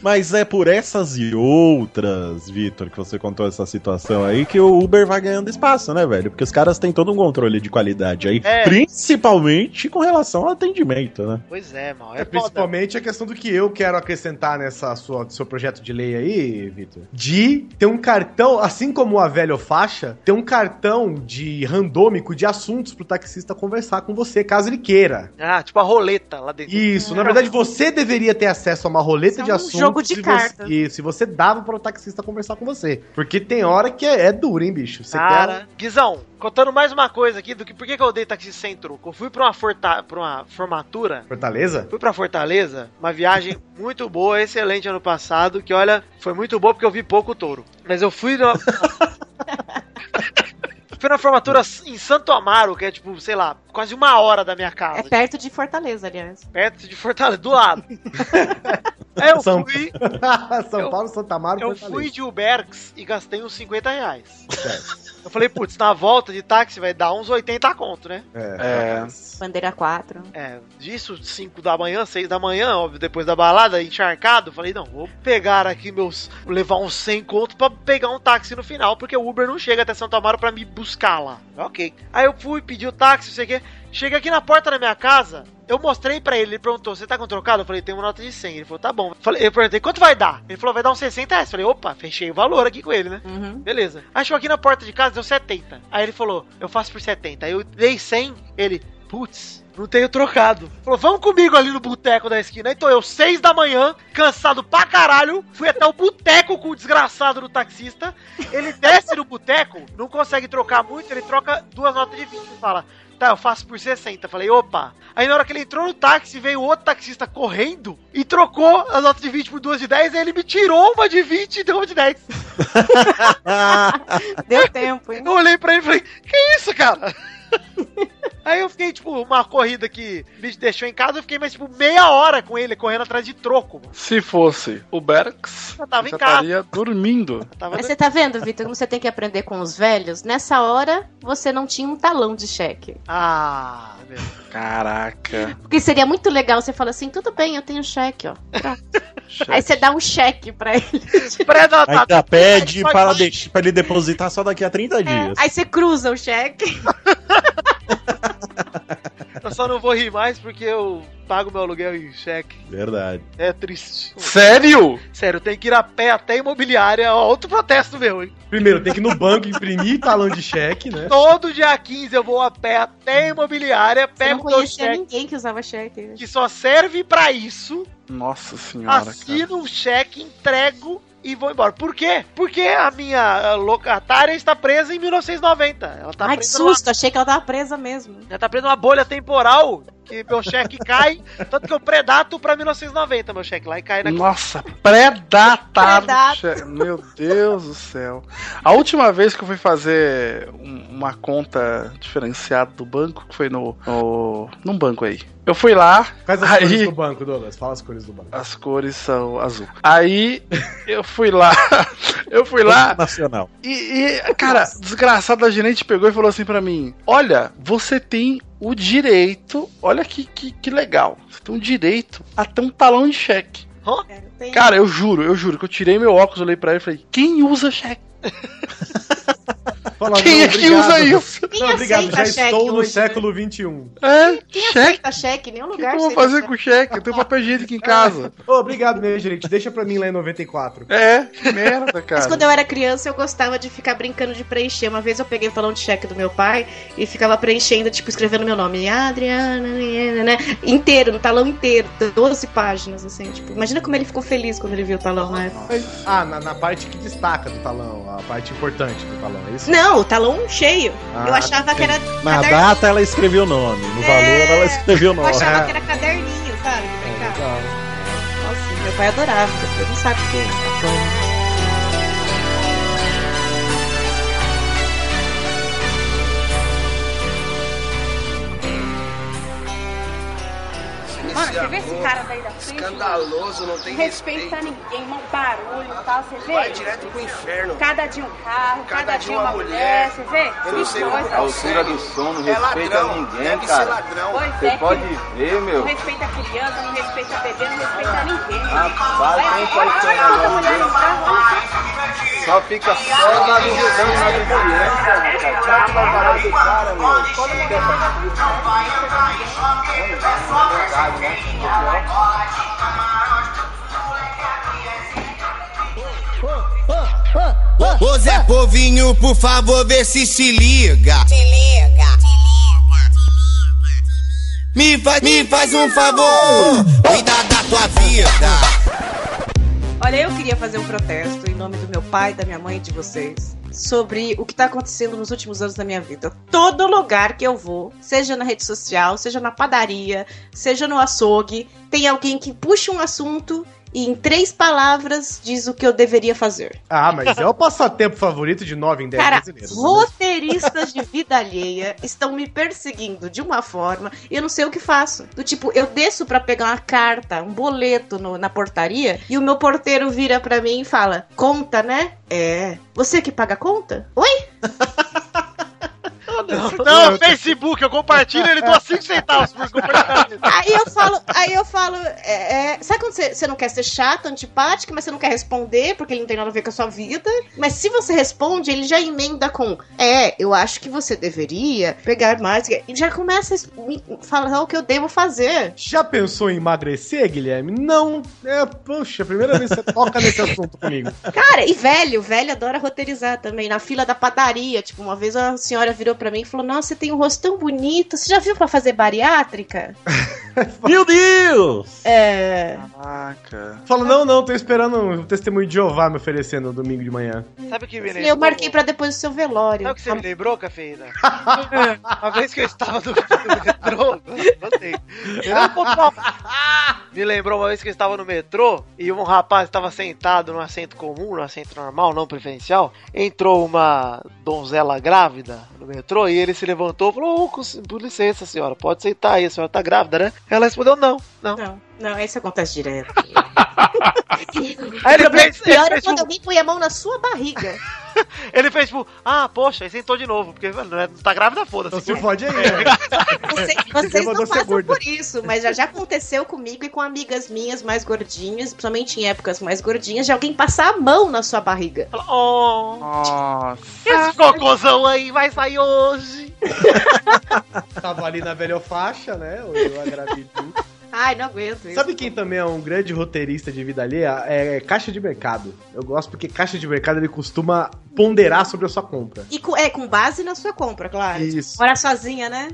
Mas é por essas e outras, Vitor, que você contou essa situação aí, que o Uber vai ganhando espaço, né, velho? Porque os caras têm todo um controle de qualidade aí,
É.
principalmente com relação ao atendimento, né?
Pois é, mal.
É
É foda.
principalmente a questão do que eu quero acrescentar nessa sua seu projeto de lei aí, Vitor. De ter um cartão, assim como a velha faixa, ter um cartão de randômico de assuntos pro taxista conversar com você, caso ele queira.
Ah, tipo a roleta lá dentro.
Isso, na verdade você deveria ter acesso a uma roleta
É. Isso é
de
um
assuntos.
jogo de
se
cartas.
Você, isso, e você dava para o taxista conversar com você. Porque tem hora que é, é duro, hein, bicho? Você
Cara, Guizão, contando mais uma coisa aqui do que por que, que eu odeio taxista sem troco. Eu fui pra uma, forta, pra uma formatura,
quer Fortaleza?
fui pra Fortaleza, uma viagem muito boa, excelente ano passado, que olha, foi muito boa porque eu vi pouco touro. Mas eu fui numa. fui na formatura em Santo Amaro, que é tipo, sei lá, quase uma hora da minha
É
casa.
perto de Fortaleza, aliás.
perto de Fortaleza, do lado. Aí eu fui.
São Paulo, Santa Mara,
Eu
Fortaleza.
fui de Uberx e gastei uns 50 reais. Eu falei, putz, na volta de táxi vai dar uns 80 conto, né?
É.
Bandeira 4.
É, disso 5 da manhã, 6 da manhã, óbvio, depois da balada, encharcado, falei, não, vou pegar aqui meus. levar uns 100 conto pra pegar um táxi no final, porque o Uber não chega até Santo Amaro pra me buscar lá. Ok. Aí eu fui, pedi o táxi, não sei o quê. Chega aqui na porta da minha casa, eu mostrei pra ele, ele perguntou, você tá com trocado? Eu falei, tem uma nota de 100. Ele falou, tá bom. Falei, eu perguntei, quanto vai dar? Ele falou, vai dar uns 60 reais. Eu Falei, opa, fechei o valor aqui com ele, né?
Uhum.
Uhum.
Beleza. Aí chegou aqui na porta de casa, deu 70. Aí ele falou, eu faço por 70. Aí eu dei 100, ele, putz, não tenho trocado. Falou, vamos comigo ali no boteco da esquina. Então eu, seis da manhã, cansado pra caralho, fui até o boteco com o desgraçado do taxista. Ele desce no boteco, não consegue trocar muito, ele troca duas notas de 20 e fala. Tá, eu faço por 60. Falei, opa. Aí na hora que ele entrou no táxi, veio outro taxista correndo e trocou as notas de 20 por duas de 10. Aí ele me tirou uma de 20 e deu uma de 10.
Deu tempo, hein?
Eu olhei pra ele e falei, que isso, cara? Aí eu fiquei, tipo, uma corrida que me deixou em casa, eu fiquei mais, tipo, meia hora com ele, correndo atrás de troco. mano.
Se fosse o Berks,
Eu tava
já
em casa.
estaria dormindo.
Tava
Mas você tá vendo, Vitor, como você tem que aprender com os velhos? Nessa hora, você não tinha um talão de cheque.
Ah, meu.
Caraca.
Porque seria muito legal você falar assim, tudo bem, eu tenho cheque, ó. Aí você dá um cheque pra ele.
Ah,
Ainda pede para, deix- para ele depositar só daqui a
É.
30 dias.
Aí você cruza o cheque.
Eu só não vou rir mais porque eu pago meu aluguel em cheque.
Verdade.
É triste.
Sério?
Sério, tem que ir a pé até a imobiliária. Ó, outro protesto meu, hein?
Primeiro, tem que ir no banco imprimir talão de cheque, né?
Todo dia 15 eu vou a pé até a imobiliária,
Eu
pego
não
meu
conhecia
cheque,
ninguém que usava cheque. né?
que só serve pra isso,
Nossa senhora, cara.
assino o cheque, entrego e vou embora. Por quê? Porque a minha ah, locatária está presa em 1990. Ela tá
Ai, que
presa numa-
susto, achei que ela tava presa mesmo.
Já tá preso uma bolha temporal que meu cheque cai, tanto que eu predato pra 1990 meu cheque lá e cai na
Nossa, predatado.
Predato.
che- Meu Deus do céu. A última vez que eu fui fazer um- uma conta diferenciada do banco, que foi no, no num banco aí. Eu fui lá,
Faz as cores
aí
do banco, Douglas. Fala as cores do banco.
as cores são azul. Aí eu fui lá, eu fui lá
Nacional.
e, e, cara, desgraçado, a gerente pegou e falou assim pra mim: Olha, você tem o direito, olha que, que, que legal, você tem o direito a ter um talão de cheque.
Hã?
É,
Cara, eu juro, eu juro que eu tirei meu óculos, olhei pra ele e falei: Quem usa cheque?
Fala,
Quem
não,
é que
obrigado.
usa isso?
Quem
Não, obrigado,
aceita
já
cheque
estou no
hoje, né?
século um. XXI.
É,
Quem
cheque?
aceita cheque? Nenhum
O que, que
lugar
eu vou
aceita
fazer com o cheque? Eu tenho papel higiênico em casa.
É. Ô, obrigado mesmo, gerente. Deixa pra mim lá em 94.
É, que merda,
Mas
cara.
quando eu era criança, eu gostava de ficar brincando de preencher. Uma vez eu peguei o talão de cheque do meu pai e ficava preenchendo, tipo, escrevendo meu nome. Adriana, né, né, inteiro, no talão inteiro. 12 páginas, assim, tipo. Imagina como ele ficou feliz quando ele viu o né? talão lá.
Ah, na, na parte que destaca do talão, a parte importante do talão, é isso?
Não, o talão cheio. eu
Ah,
achava que era
Na
caderninho.
data ela escreveu o nome, no valor ela escreveu o
Eu
nome.
achava que era caderninho, sabe? De brincar. Nossa, meu pai adorava. Ele não sabe o que é.
Mano, você vê esse cara daí da frente? Escandaloso, não tem
respeita ninguém, mó barulho e tal, você vê?
Vai direto pro inferno.
Cada dia um carro, cada, dia uma mulher, você vê?
Eu não sei,
Coisa.
a
assim.
altura do som não
É
respeita
ladrão,
ninguém,
deve ser
cara.
ladrão. Pois
Você
é,
pode
que-
ver, meu.
Não respeita criança, não respeita bebê, não respeita ninguém.
Rapaz,
Olha,
quem
olha,
faz
olha
isso
quanta
aí,
mulher no carro, olha só.
Só fica só na divisão na mulher, cara. Tchau, barulho do cara, meu. Quando não quer fazer isso, cara. Mano, é verdade, né?
Ô Zé Povinho, por favor, vê se se liga. Se liga. Me faz, me faz um
Tá
favor, cuida da tua vida.
Olha, eu queria fazer um protesto em nome do meu pai, da minha mãe e de vocês sobre o que tá acontecendo nos últimos anos da minha vida. Todo lugar que eu vou, seja na rede social, seja na padaria, seja no açougue, tem alguém que puxa um assunto e em três palavras diz o que eu deveria fazer.
Ah, mas é o passatempo favorito de 9 em 10
Cara,
brasileiros. né?
roteiristas de vida alheia estão me perseguindo de uma forma e eu não sei o que faço. Do tipo, eu desço pra pegar uma carta, um boleto no- na portaria e o meu porteiro vira pra mim e fala: Conta, né? É. Você que paga a conta? Oi?
Não, Facebook, eu compartilho, ele doa 5 centavos por compartilhamento.
Aí eu falo, aí eu falo, é, é, sabe quando você, você não quer ser chato, antipático, mas você não quer responder porque ele não tem nada a ver com a sua vida? Mas se você responde, ele já emenda com, é, eu acho que você deveria pegar mais, e já começa a es- me falar o que eu devo fazer.
Já pensou em emagrecer, Guilherme? Não. É, poxa, a primeira vez que você toca nesse assunto comigo.
Cara, e velho, velho adora roteirizar também. Na fila da padaria, tipo, uma vez a senhora virou pra mim e falou: Nossa, você tem um rosto tão bonito, você já viu pra fazer bariátrica?
Meu Deus!
É.
Caraca.
Fala, não, não, tô esperando o testemunho de Jeová me oferecendo no domingo de manhã.
Sabe o que me
E eu marquei pra depois do seu velório.
Sabe o que você me lembrou, cafeína? Uma vez que eu estava no, no metrô, gostei. Eu vou contar. Me lembrou uma vez que eu estava no metrô e um rapaz estava sentado num assento comum, num assento normal, não preferencial. Entrou uma donzela grávida no metrô e ele se levantou e falou: "Ô, com- por licença, senhora, pode sentar aí, a senhora tá grávida, né? Ela respondeu: não, não.
Não, não, isso acontece direto.
Aí ele
O problema
fez, ele
pior é
fez,
quando
um-
tipo,
alguém põe a mão na sua barriga.
ele fez tipo, ah, poxa, aí sentou de novo, porque mano, não é- não tá grávida, foda-se.
Então se fode aí,
Vocês, vocês não passam por isso, mas já, já aconteceu comigo e com amigas minhas mais gordinhas, principalmente em épocas mais gordinhas, de alguém passar a mão na sua barriga.
Oh,
Nossa.
esse cocôzão aí vai sair hoje.
Tava ali na velha faixa, né? Eu agradeci.
Ai, não aguento isso.
Sabe quem também é um grande roteirista de vida alheia? É Caixa de Mercado. Eu gosto porque Caixa de Mercado ele costuma ponderar sobre a sua compra.
E com, é, com base na sua compra, claro.
Isso.
Morar sozinha, né?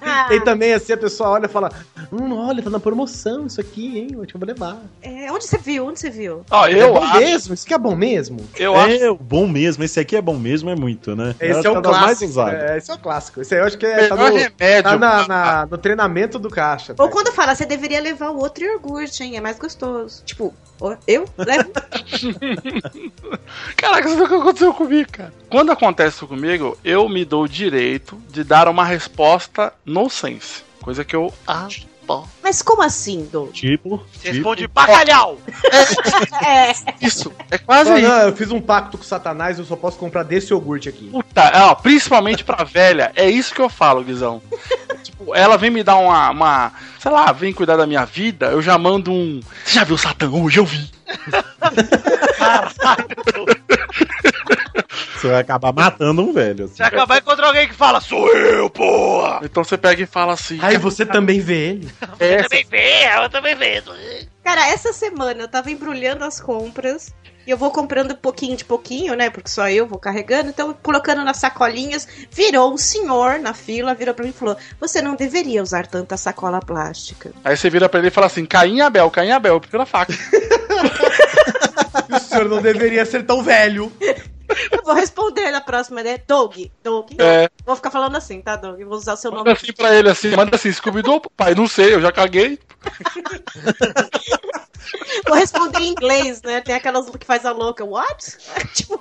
Ah,
E também, assim, a pessoa olha e fala: Hum, olha, tá na promoção isso aqui, hein? Eu acho que eu vou levar.
É, onde você viu? Onde você viu?
Ah,
é bom mesmo? Isso aqui é bom mesmo?
Eu
é bom mesmo, esse aqui é bom mesmo, é muito, né?
Esse é
Acho
o
que das
clássico.
mais usadas.
É, esse é o clássico. Esse aí eu acho que é,
Melhor
tá no,
remédio,
tá na- na- no treinamento do caixa. tá?
Ou quando fala, você deveria levar o outro iogurte, hein? É mais gostoso. Tipo, ó, eu levo.
Caraca, você viu o que aconteceu comigo, cara? Quando acontece isso comigo, eu me dou o direito de dar uma resposta no sense. Coisa que eu. Ah, bom.
Mas como assim, Dou?
Tipo.
Você responde bacalhau!
É.
Isso, é quase
Fala,
isso.
"Não, eu fiz um pacto com Satanás, eu só posso comprar desse iogurte aqui.
Puta, ó, principalmente pra velha, é isso que eu falo, Guizão. tipo, ela vem me dar uma, uma. Sei lá, vem cuidar da minha vida, eu já mando um. Você já viu o Satã hoje? Eu vi.
Você vai acabar matando um velho. assim.
Você acabar encontrando alguém que fala, sou eu, porra!
Então você pega e fala assim.
Aí você também vê ele.
Eu também vejo, eu também vejo.
Cara, essa semana eu tava embrulhando as compras. E eu vou comprando pouquinho de pouquinho, né? Porque só eu vou carregando. Então, colocando nas sacolinhas, virou um senhor na fila, virou pra mim e falou: Você não deveria usar tanta sacola plástica.
Aí você vira pra ele e fala assim: Caim e Abel, Caim e Abel, pela faca.
o senhor não deveria ser tão velho.
Eu vou responder na próxima, né? Doug, Doug.
É.
Vou ficar falando assim, tá, Doug? Vou usar o seu
Manda
nome.
assim pra ele assim, manda assim, Scooby-Doo, pai, não sei, eu já caguei.
Vou responder em inglês, né? Tem aquelas que faz a louca, what? tipo,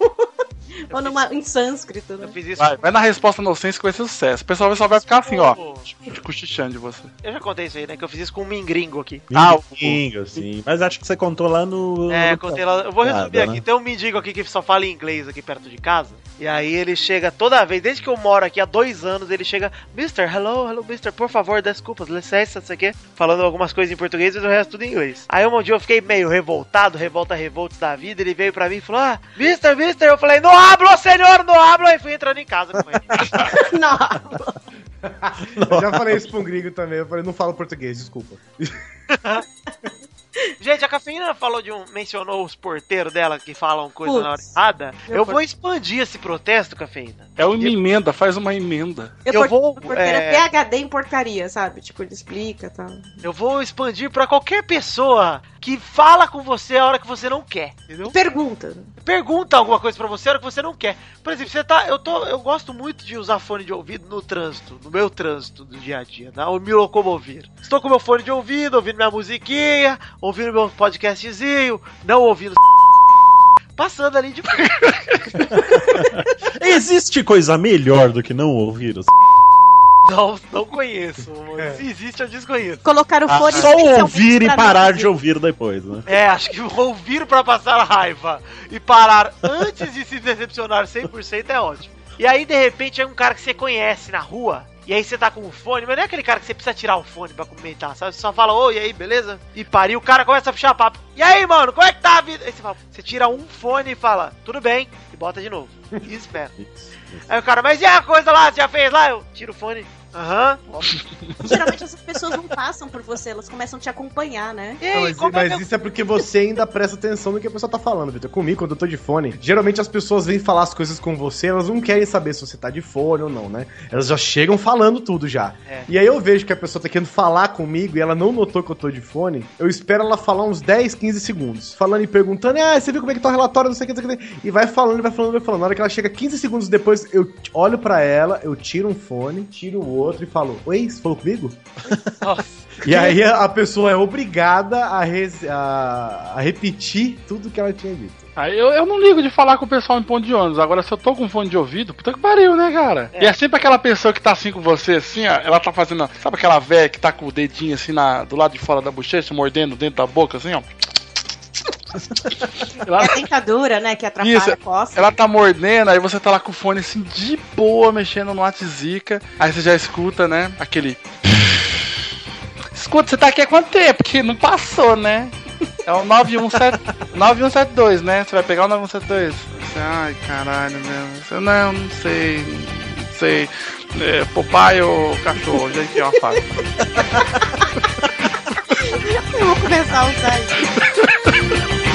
ou numa, em sânscrito, né?
Vai, vai na resposta inocência que vai ser sucesso. O pessoal só vai ficar assim, ó, te cochichando de você.
Eu já contei isso aí, né? Que eu fiz isso com um mingringo aqui.
Mendigo, assim. Mas acho que você contou lá no.
É, contei lá. Eu vou resumir
Nada,
aqui.
né?
Tem um mendigo aqui que só fala inglês aqui perto de casa. E aí ele chega toda vez, desde que eu moro aqui há dois anos, ele chega, Mr. hello, hello, Mr. por favor, desculpas, licença, não sei o quê, falando algumas coisas em português e o resto tudo em inglês. Aí um dia eu fiquei meio revoltado, revolta, revoltos da vida, ele veio pra mim e falou, ah, Mr. Mr. Eu falei, não hablo, senhor, não hablo, e fui entrando em casa com ele.
Eu já falei isso pra um gringo também. Eu falei, não falo português, desculpa.
Gente, a cafeína falou de um. mencionou os porteiros dela que falam coisa
Putz.
na hora errada.
Eu
Eu,
por-
vou expandir esse protesto, cafeína.
É uma emenda, faz uma emenda.
Eu, vou.
Porteira
é,
PHD em porcaria, sabe? Tipo, ele explica e tal.
Eu vou expandir pra qualquer pessoa que fala com você a hora que você não quer, entendeu?
Pergunta.
Pergunta alguma coisa pra você a hora que você não quer. Por exemplo, você tá, eu tô, eu gosto muito de usar fone de ouvido no trânsito, no meu trânsito do dia a dia, tá? Ou me locomover. Estou com meu fone de ouvido, ouvindo minha musiquinha, ouvindo meu podcastzinho, não ouvindo passando ali de
Existe coisa melhor do que não ouvir os.
Não, não conheço. Se existe, eu desconheço.
Colocar o
Ah,
fone
só ouvir e parar de ouvir depois, né?
É, acho que ouvir pra passar raiva e parar antes de se decepcionar 100% é ótimo. E aí, de repente, é um cara que você conhece na rua. E aí você tá com um fone, mas não é aquele cara que você precisa tirar o fone pra comentar, sabe? Você só fala, ô, e aí, beleza? E pariu, o cara começa a puxar papo. E aí, mano, como é que tá a vida? Aí você, fala, você tira um fone e fala, tudo bem, e bota de novo. E espera. Aí o cara, mas e a coisa lá, você já fez lá? Eu tiro o fone. Aham.
Geralmente essas pessoas não passam por você, elas começam a te acompanhar, né?
E aí,
mas mas isso é porque você ainda presta atenção no que a pessoa tá falando, Vitor. Comigo, quando eu tô de fone, geralmente as pessoas vêm falar as coisas com você, elas não querem saber se você tá de fone ou não, né? Elas já chegam falando tudo já.
É.
E aí eu vejo que a pessoa tá querendo falar comigo e ela não notou que eu tô de fone, eu espero ela falar uns 10, 15 segundos. Falando e perguntando, ah, você viu como é que tá o relatório, não sei o que, não sei o que. E vai falando, vai falando, vai falando. Na hora que ela chega 15 segundos depois, eu olho pra ela, eu tiro um fone, tiro o outro e falo, oi, você falou comigo? E aí a a pessoa é obrigada a, res- a- a repetir tudo que ela tinha dito.
Ah, eu, eu não ligo de falar com o pessoal em ponto de ônibus. Agora, se eu tô com fone de ouvido, puta que pariu, né, cara? E é sempre aquela pessoa que tá assim com você, assim, ó, ela tá fazendo. Sabe aquela velha que tá com o dedinho assim na, do lado de fora da bochecha, mordendo dentro da boca, assim, ó?
É a dentadura, né? Que atrapalha
Isso,
a costa.
ela tá mordendo, aí você tá lá com o fone assim de boa, mexendo no WhatsApp, aí você já escuta, né? Aquele. Escuta, você tá aqui há quanto tempo? Porque não passou, né? É o 917 9172, né? Você vai pegar o 9172. Você, ai, caralho, meu. Você, não, não sei. Não sei. É, papai ou cachorro? Já enfiou a faca.
Eu vou começar a usar isso.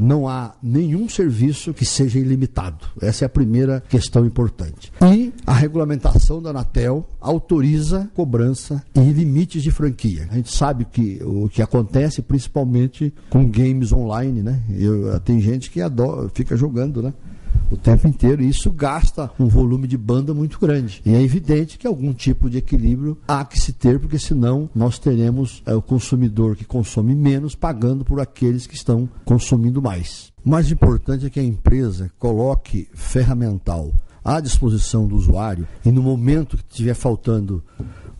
Não há nenhum serviço que seja ilimitado. Essa é a primeira questão importante. E a regulamentação da Anatel autoriza cobrança e limites de franquia. A gente sabe que o que acontece principalmente com games online, né? Eu- tem gente que adora, fica jogando, né? O tempo inteiro, e isso gasta um volume de banda muito grande. E é evidente que algum tipo de equilíbrio há que se ter, porque senão nós teremos eh, o consumidor que consome menos pagando por aqueles que estão consumindo mais. O mais importante é que a empresa coloque ferramental à disposição do usuário e no momento que estiver faltando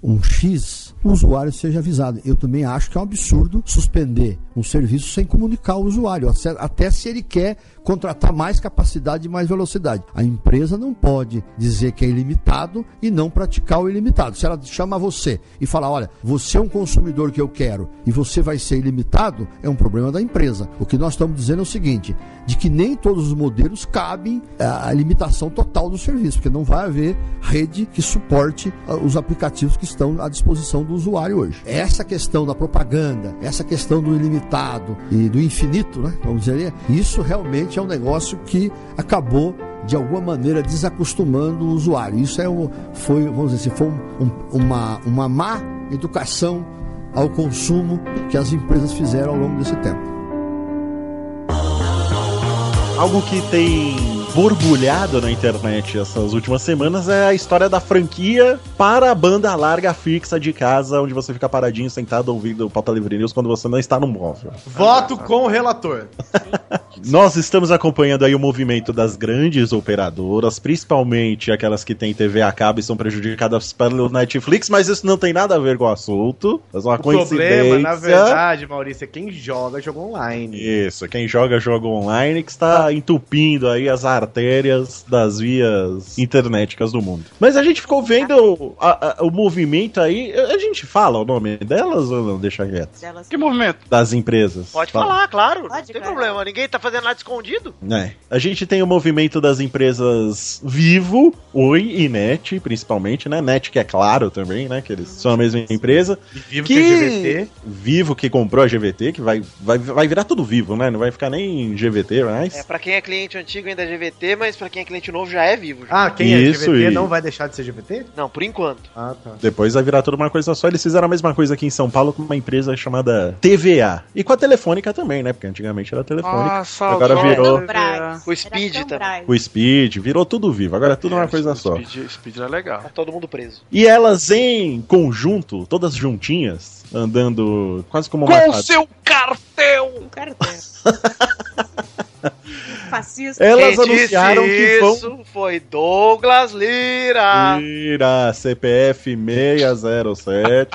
um X, o usuário seja avisado. Eu também acho que é um absurdo suspender um serviço sem comunicar o usuário, até- até se ele quer contratar mais capacidade e mais velocidade. A empresa não pode dizer que é ilimitado e não praticar o ilimitado. Se ela chama você e fala, olha, você é um consumidor que eu quero e você vai ser ilimitado, é um problema da empresa. O que nós estamos dizendo é o seguinte, de que nem todos os modelos cabem eh, a a limitação total do serviço, porque não vai haver rede que suporte ah, os aplicativos que estão à disposição do usuário hoje. Essa questão da é propaganda, essa questão do ilimitado e do infinito, né, vamos dizer, isso realmente é um negócio que acabou de alguma maneira desacostumando o usuário. Isso é o, foi, vamos dizer assim, foi um- um- uma, uma má educação ao consumo que as empresas fizeram ao longo desse tempo.
Algo que tem borbulhado na internet essas últimas semanas é a história da franquia para a banda larga fixa de casa, onde você fica paradinho, sentado, ouvindo o Pauta Livre News quando você não está no móvel.
Voto com o relator.
Nós estamos acompanhando aí o movimento das grandes operadoras, principalmente aquelas que têm TV a cabo e são prejudicadas pelo Netflix, mas isso não tem nada a ver com o assunto. É só uma
O
coincidência.
problema, na verdade, Maurício, é quem joga, joga online.
Ah.
Isso, quem joga jogo online que está entupindo aí as artérias das vias internéticas do mundo. Mas a gente ficou vendo a- a- o movimento aí. A a gente fala o nome delas ou não? Deixa quieto.
Que movimento?
Das empresas.
Pode
Fala.
falar, claro. não tem problema. Ninguém tá fazendo nada escondido.
É. A gente tem o movimento das empresas Vivo, Oi e Net, principalmente, né? Net, que é claro também, né? Que eles são a mesma empresa.
Vivo que é GVT.
Vivo que comprou a GVT, que vai, vai, vai virar tudo vivo, né? Não vai ficar nem GVT mais.
É, pra quem é cliente antigo ainda é GVT, mas pra quem é cliente novo já é vivo.
Ah, quem
Isso,
é GVT
e-
não vai deixar de ser GVT?
Não, por enquanto.
Ah, tá.
Depois vai virar tudo uma coisa só. Eles fizeram a mesma coisa aqui em São Paulo com uma empresa chamada TVA. E com a Telefônica também, né? Porque antigamente era
Ah.
Telefônica. agora virou
é
O
é um
Speed
então."
também.
o Speed, virou tudo vivo. Agora é tudo uma coisa só.
Speed, Speed era legal. Tá
todo mundo preso.
E elas em conjunto, todas juntinhas, andando quase como
Com
macaco.
seu cartel!
Um cartel. Fascista.
Elas
Quem disse
anunciaram que vão-
Isso foi Douglas Lira.
Tira CPF 607.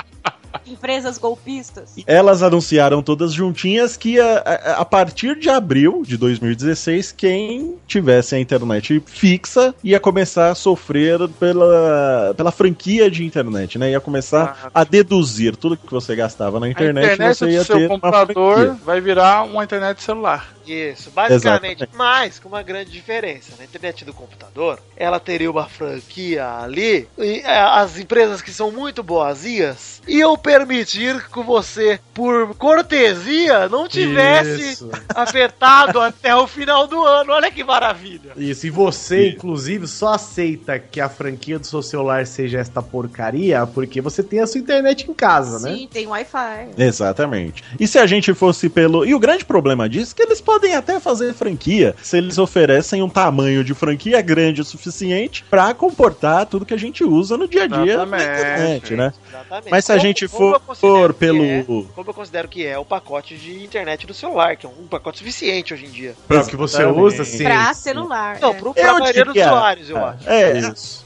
Empresas golpistas.
Elas anunciaram todas juntinhas que a, a- a partir de abril de 2016, quem tivesse a internet fixa ia começar a sofrer pela, pela franquia de internet, né? Ia começar a deduzir tudo que você gastava na internet,
a internet
você
do
ia
seu
ter uma
computador
franquia.
vai virar uma internet celular.
Isso, basicamente.
Exatamente.
Mas com uma grande diferença. Na internet do computador, ela teria uma franquia ali. E é, as empresas que são muito boazinhas iam permitir que você, por cortesia, não tivesse
Isso.
afetado até o final do ano. Olha que maravilha.
Isso, e você, inclusive, só aceita que a franquia do seu celular seja esta porcaria porque você tem a sua internet em casa, né?
Sim, tem Wi-Fi.
Exatamente. E se a gente fosse pelo. E o grande problema disso é que eles podem até fazer franquia se eles oferecem um tamanho de franquia grande o suficiente pra comportar tudo que a gente usa no dia a dia na
Exatamente,
internet, né?
Exatamente.
Mas se a
Como-
gente
como eu
for,
considero
for
que
pelo.
é, como eu considero que é o pacote de internet do celular, que é um pacote suficiente hoje em dia.
Pra o que você
Exatamente.
usa, sim.
Pra celular.
Não,
é.
pro, pra maioria dos
diria-
usuários, eu acho.
É,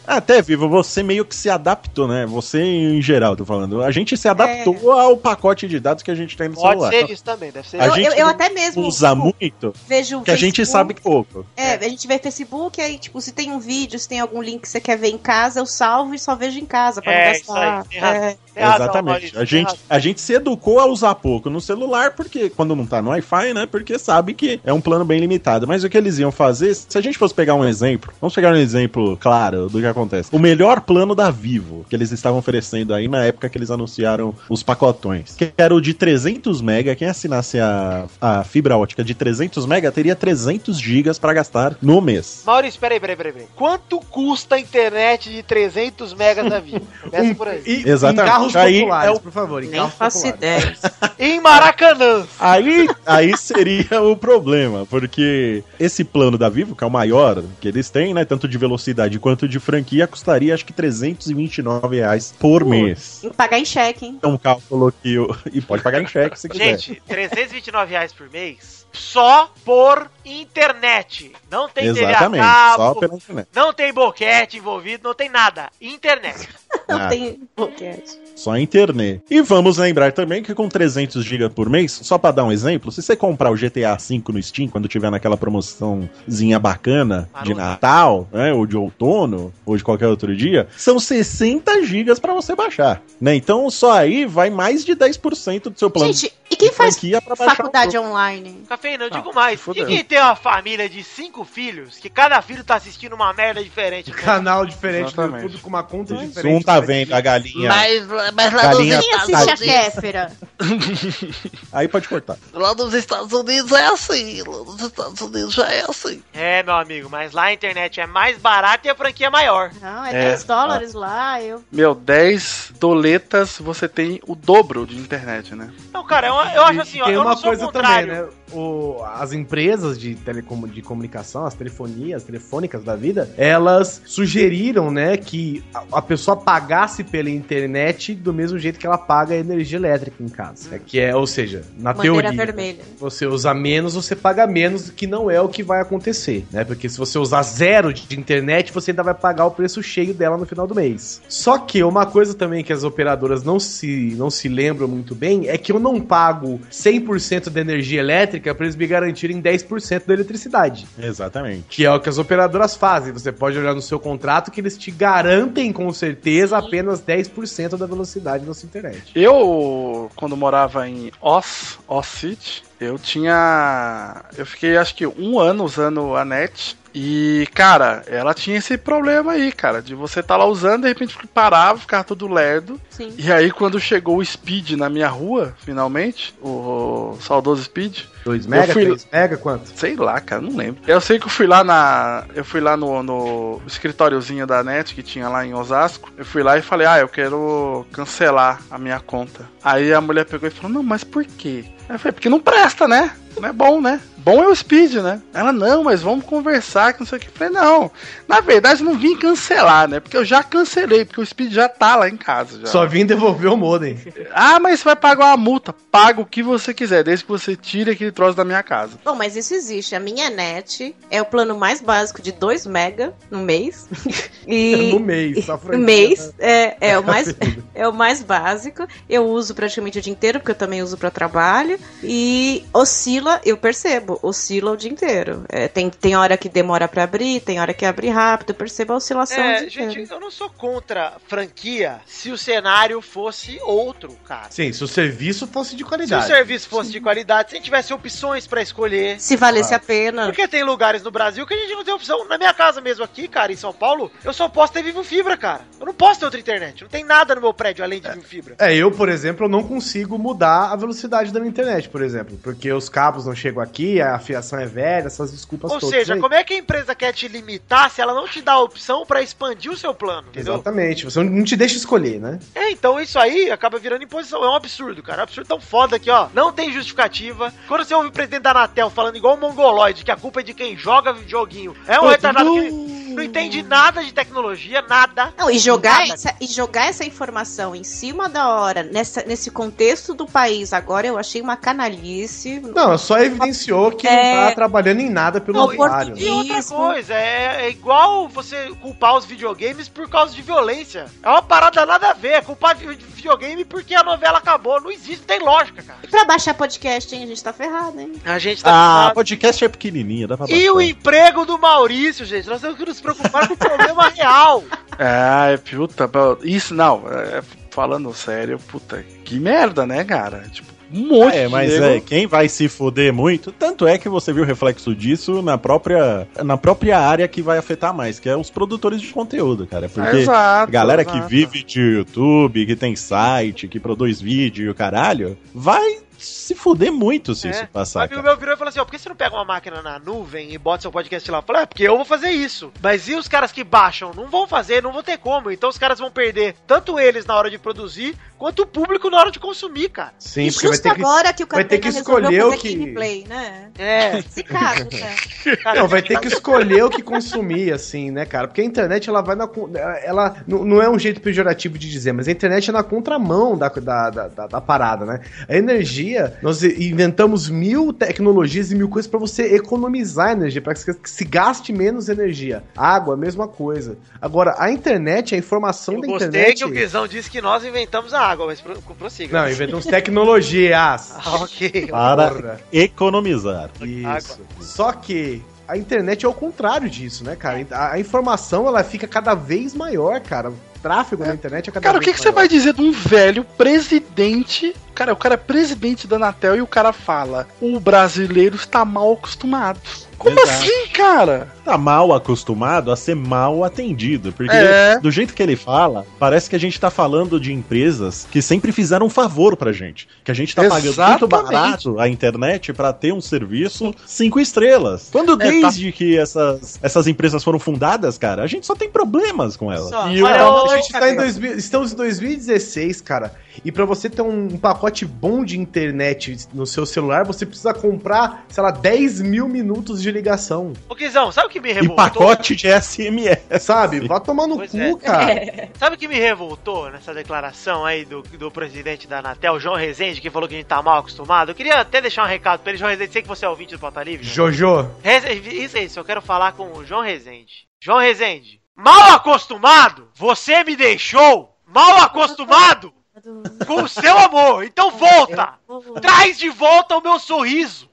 até vivo, você meio que se adaptou, né? Você em geral, tô falando. A gente se adaptou ao pacote de dados que a gente tem
É.
no
Pode
celular.
ser isso também, deve ser.
A
Eu-
gente
eu- eu até mesmo tipo,
usa muito,
vejo o
que a gente
Facebook.
sabe pouco.
É, a gente vê Facebook, aí, tipo, se tem um vídeo, se tem algum link que você quer ver em casa, eu salvo e só vejo em casa, pra
É,
não
isso aí,
gastar.
tem razão.
É.
Tem razão,
Exatamente.
Maurício,
A
tem
gente,
razão.
a gente se educou a usar pouco no celular, porque quando não tá no Wi-Fi, né? Porque sabe que é um plano bem limitado. Mas o que eles iam fazer, se a gente fosse pegar um exemplo, vamos pegar um exemplo claro do que acontece. O melhor plano da Vivo, que eles estavam oferecendo aí na época que eles anunciaram os pacotões, que era o de 300 mega. Quem assinasse a, a fibra ótica de 300 mega teria 300 gigas pra gastar no mês.
Maurício, peraí, peraí, peraí, peraí. Quanto custa a internet de 300 megas da Vivo?
Um
Começa por aí.
E,
Exatamente.
Em carros
Aí
populares,
é o-
por favor. Em
Nem
carros
faço
populares.
Em Maracanã.
Aí, aí seria o problema, porque esse plano da Vivo, que é o maior que eles têm, né? Tanto de velocidade quanto de franquia, custaria acho que 329 reais por mês.
Tem que Pagar em cheque, hein?
É um cálculo que eu... E pode pagar em cheque se quiser.
Gente, 329 reais por mês só por internet. Não tem TV a
Exatamente, só
cabo,
pela internet.
não tem boquete envolvido, não tem nada. Internet.
Ah.
Não
tem boquete.
Só a internet. E vamos lembrar também que com 300 GB por mês, só pra dar um exemplo, se você comprar o GTA V no Steam, quando tiver naquela promoçãozinha bacana de Natal, né, ou de outono, ou de qualquer outro dia, são 60 GB pra você baixar, né? Então só aí vai mais de 10% do seu plano.
Gente, e quem faz faculdade
online?
online?
Cafeína, Tá eu digo mais. E
fudeu.
quem tem uma família de cinco filhos, que cada filho tá assistindo uma merda diferente.
Canal diferente
Exatamente.
do YouTube, com uma conta
Um
diferente. né?
tá vendo a galinha.
mas
lá Galinha nos
Quem
Estados
assiste a
Unidos-
Kéfera?
Aí pode cortar.
Lá nos Estados Unidos é assim, lá nos Estados Unidos já é assim.
É, meu amigo, mas lá a internet é mais barata e a franquia é maior.
Não,
é É. 10 dólares
lá, eu...
Meu, 10 doletas você tem o dobro de internet, né?
Não, cara, eu, eu acho assim, ó,
Tem
eu não
uma
sou o
coisa
contrário.
também, né? O, as empresas de, telecom, de comunicação, as telefonias, telefônicas da vida, elas sugeriram, né, que a, a pessoa pagasse pela internet do mesmo jeito que ela paga a energia elétrica em casa. né? Que é, ou seja, na
Bandeira
teoria.
vermelha.
Você usa menos, você paga menos, que não é o que vai acontecer, né? Porque se você usar zero de internet, você ainda vai pagar o preço cheio dela no final do mês. Só que uma coisa também que as operadoras não se, não se lembram muito bem é que eu não pago 100% da energia elétrica elétrica para eles me garantirem 10% da eletricidade.
Exatamente.
Que é o que as operadoras fazem. Você pode olhar no seu contrato que eles te garantem com certeza apenas 10% da velocidade da sua internet.
Eu, quando morava em Oz, Oz City, eu tinha. Eu fiquei acho que um ano usando a net. E, cara, ela tinha esse problema aí, cara, de você tá lá usando, de repente parava, ficava tudo lerdo.
Sim.
E aí, quando chegou o Speed na minha rua, finalmente, o, o saudoso Speed.
2
mega,
mega,
fui...
3 mega, quanto?
Sei lá, cara, não lembro. Eu sei que eu fui lá na. Eu fui lá no, no escritóriozinho da net que tinha lá em Osasco. Eu fui lá e falei, ah, eu quero cancelar a minha conta. Aí a mulher pegou e falou, não, mas por quê? Aí eu falei, porque não presta, né? Não é bom, né? Bom é o Speed, né? Ela, não, mas vamos conversar, que não sei o que. Eu falei, não. Na verdade, eu não vim cancelar, né? Porque eu já cancelei, porque o Speed já tá lá em casa. Já.
Só vim devolver o modem.
Ah, mas você vai pagar uma multa. Paga o que você quiser, desde que você tire aquele troço da minha casa.
Bom, mas isso existe. A minha net é o plano mais básico de 2 mega no mês. E
É No mês, né? só
no mês é, é o mais, é o mais básico. Eu uso praticamente o dia inteiro, porque eu também uso para trabalho. E oscila, eu percebo, oscila o dia inteiro. É, tem, tem hora que demora para abrir, tem hora que abre rápido, eu percebo a oscilação o
É,
dia
gente,
inteiro.
eu não sou contra franquia se o cenário fosse outro, cara.
Sim, se o serviço fosse de
Se o
qualidade.
serviço fosse de qualidade, se a gente tivesse opções pra escolher.
Se valesse
Ah.
a
Ah.
pena.
Porque tem lugares no Brasil que a gente não tem opção. Na minha casa mesmo aqui, cara, em São Paulo, eu só posso ter vivo fibra, cara. Eu não posso ter outra internet. Não tem nada no meu prédio além de vivo fibra.
É, eu, por exemplo, eu não consigo mudar a velocidade da minha internet, por exemplo, porque os cabos não chegam aqui, a fiação é velha, essas desculpas
Ou
todas.
seja,
aí.
como é que a empresa quer te limitar se ela não te dá a opção pra expandir o seu plano, entendeu?
Exatamente, você não te deixa escolher, né?
É, então isso aí acaba virando imposição. É um absurdo, cara. É um absurdo tão foda que, ó, não tem justificativa. Quando você ouve o presidente da Anatel falando igual um mongoloide, que a culpa é de quem joga videoguinho, é um
Ô,
retardado que
não.
não entende nada de tecnologia, nada.
Não, e jogar,
Nada.
essa, e jogar essa informação em cima da hora, nessa, nesse contexto do país agora, eu achei uma canalice.
Não, só evidenciou que não
É.
tá trabalhando em nada pelo
Não,
usuário. né?
E outra
Isso.
coisa, é, é igual você culpar os videogames por causa de violência. É uma parada nada a ver. É culpar vi- videogame porque a novela acabou. Não existe, não tem lógica, cara.
E pra baixar podcast, hein? A gente tá ferrado, hein?
A gente tá
Ah, podcast é pequenininho, dá pra
E o emprego do Maurício, gente? Nós temos que nos preocupar com o problema real.
Ah, é puta. pra- Isso não, é, falando sério, puta, que merda, né, cara? Tipo, um monte
É, mas
de nego-
é, quem vai se foder muito, tanto é que você viu o reflexo disso na própria, na própria área que vai afetar mais, que é os produtores de conteúdo, cara. Porque
É, Exato,
a galera
exato.
que vive de YouTube, que tem site, que produz vídeo e o caralho, vai se foder muito
É.
se isso passar.
Amigo meu virou e falou assim: ó, por que você não pega uma máquina na nuvem e bota seu podcast lá? Eu falei, é, porque eu vou fazer isso. Mas e os caras que baixam? Não vão fazer, não vão ter como. Então os caras vão perder tanto eles na hora de produzir, quanto o público na hora de consumir, cara.
Sim,
e justo agora que o
vai ter que
Catena resolveu
escolher o
fazer
que-
gameplay, né?
É.
Esse caso, né?
Não, vai ter que escolher o que consumir, assim, né, cara? Porque a internet, ela vai na. con- Ela n- não é um jeito pejorativo de dizer, mas a internet é na contramão da, da, da, da- da parada, né? A energia, nós i- inventamos mil tecnologias e mil coisas pra você economizar energia, pra que se- que se gaste menos energia. Água, mesma coisa. Agora, a internet, a informação
Eu
da
gostei
internet.
que o Guizão disse que nós inventamos a água, mas pro, prossiga.
Não, inventamos tecnologias.
Ah, ok.
Para
Porra.
economizar.
Isso. Só que a internet é o contrário disso, né, cara? A, a informação ela fica cada vez maior, cara. O tráfego na internet é cada
Cara, o
vez
que, que você vai dizer de um velho presidente? Cara, o cara é presidente da Anatel e o cara fala: o brasileiro está mal acostumado. Como
Exato.
assim, cara?
Tá mal acostumado a ser mal atendido. Porque
É.
do jeito que ele fala, parece que a gente tá falando de empresas que sempre fizeram um favor pra gente. Que a gente tá pagando muito
Exatamente.
barato a internet pra ter um serviço cinco estrelas. tá Quando
É,
desde que essas, essas empresas foram fundadas, cara, a gente só tem problemas com elas.
Só.
E o-
Olha, ô,
a gente tá em
Cabeça.
2000, estamos em 2016, cara. E pra você ter um pacote bom de internet no seu celular, você precisa comprar, sei lá, 10 mil minutos de ligação.
Ô, Guizão, sabe o que me
E
revoltou?
pacote de SMS.
Sabe? Vá tomar no
Pois
cu,
é.
cara.
Sabe o que me revoltou nessa declaração aí do, do presidente da Anatel, João Rezende, que falou que a gente tá mal acostumado? Eu queria até deixar um recado pra ele, João Rezende, sei que você é ouvinte do Pauta Livre.
Jojo.
Reze- Isso é isso, eu quero falar com o João Rezende. João Rezende, mal acostumado, você me deixou mal acostumado com o seu amor. Então volta! Traz de volta o meu sorriso!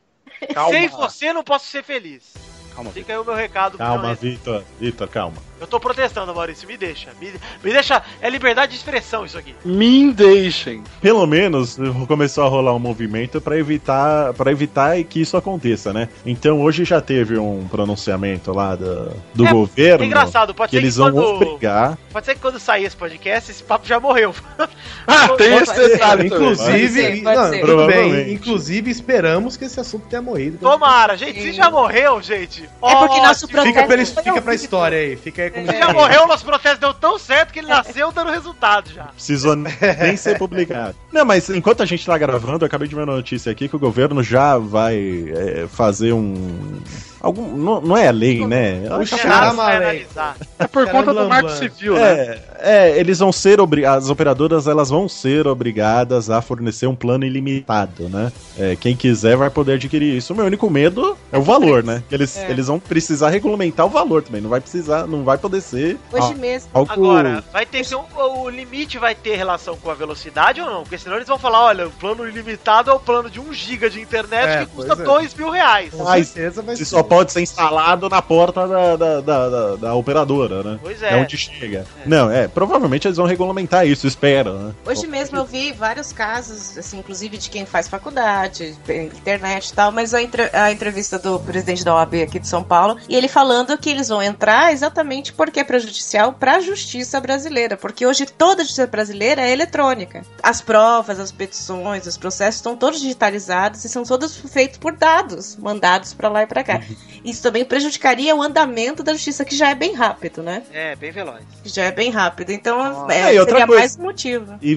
Calma.
Sem você não posso ser feliz.
Calma,
Fica aí o meu recado. pro
Calma,
planeta.
Vitor. Vitor, calma.
Eu tô protestando, Maurício. Me deixa. Me, me deixa. É liberdade de expressão isso aqui.
Me deixem.
Pelo menos começou a rolar um movimento pra evitar para evitar que isso aconteça, né? Então hoje já teve um pronunciamento lá do, do
É,
governo.
é engraçado, pode
que
ser que
eles vão
quando-
obrigar.
Pode ser que quando sair esse podcast, esse papo já morreu.
Ah,
tem
Pode
esse
ser,
detalhe também. Pode
Inclusive,
ser, pode
não,
ser.
tudo bem,
Provavelmente.
inclusive esperamos que esse assunto tenha morrido.
Tomara, gente. Se já morreu, gente.
É porque nosso É.
Ótimo.
Fica, pela, fica pra história aí, fica aí como
Se É. já morreu, o nosso processo deu tão certo que
É.
ele nasceu dando resultado já.
Precisou nem ser publicado. Não, mas enquanto a gente tá gravando, eu acabei de ver uma notícia aqui que o governo já vai é, fazer um. Algum, não, não é a lei, né?
O
é
Acho que-
Chama,
vai
velho.
analisar.
É por
Era
conta
blam,
do Marco
blam.
Civil, né?
É, é, eles vão ser obri- as operadoras elas vão ser obrigadas a fornecer um plano ilimitado, né? É, quem quiser vai poder adquirir isso. O meu único medo é o valor, né? Que eles,
É.
eles vão precisar regulamentar o valor também. Não vai precisar, não vai poder ser.
Hoje
al-
mesmo.
Algo...
Agora, vai ter que ser um, o limite vai ter relação com a velocidade ou não? Porque senão eles vão falar, olha, o plano ilimitado é o plano de 1 GB de internet
É,
que custa
pois é.
2 mil reais.
Com Ai,
certeza vai
Isso só pode ser instalado na porta da, da, da, da- da operadora, né?
Pois é.
onde chega. Não, é. Provavelmente eles vão regulamentar isso, espero, né?
Hoje mesmo eu vi vários casos, assim, inclusive de quem faz faculdade, internet e tal, mas a, entre- a entrevista do presidente da OAB aqui de São Paulo, e ele falando que eles vão entrar exatamente porque é prejudicial para a justiça brasileira, porque hoje toda a justiça brasileira é eletrônica. As provas, as petições, os processos estão todos digitalizados e são todos feitos por dados, mandados para lá e para cá.
Uhum.
Isso também prejudicaria o andamento da justiça, que já é bem rápido, né?
É, bem veloz.
Que já é bem rápido. Então,
Ah,
é,
e outra
seria
coisa.
mais um motivo.
E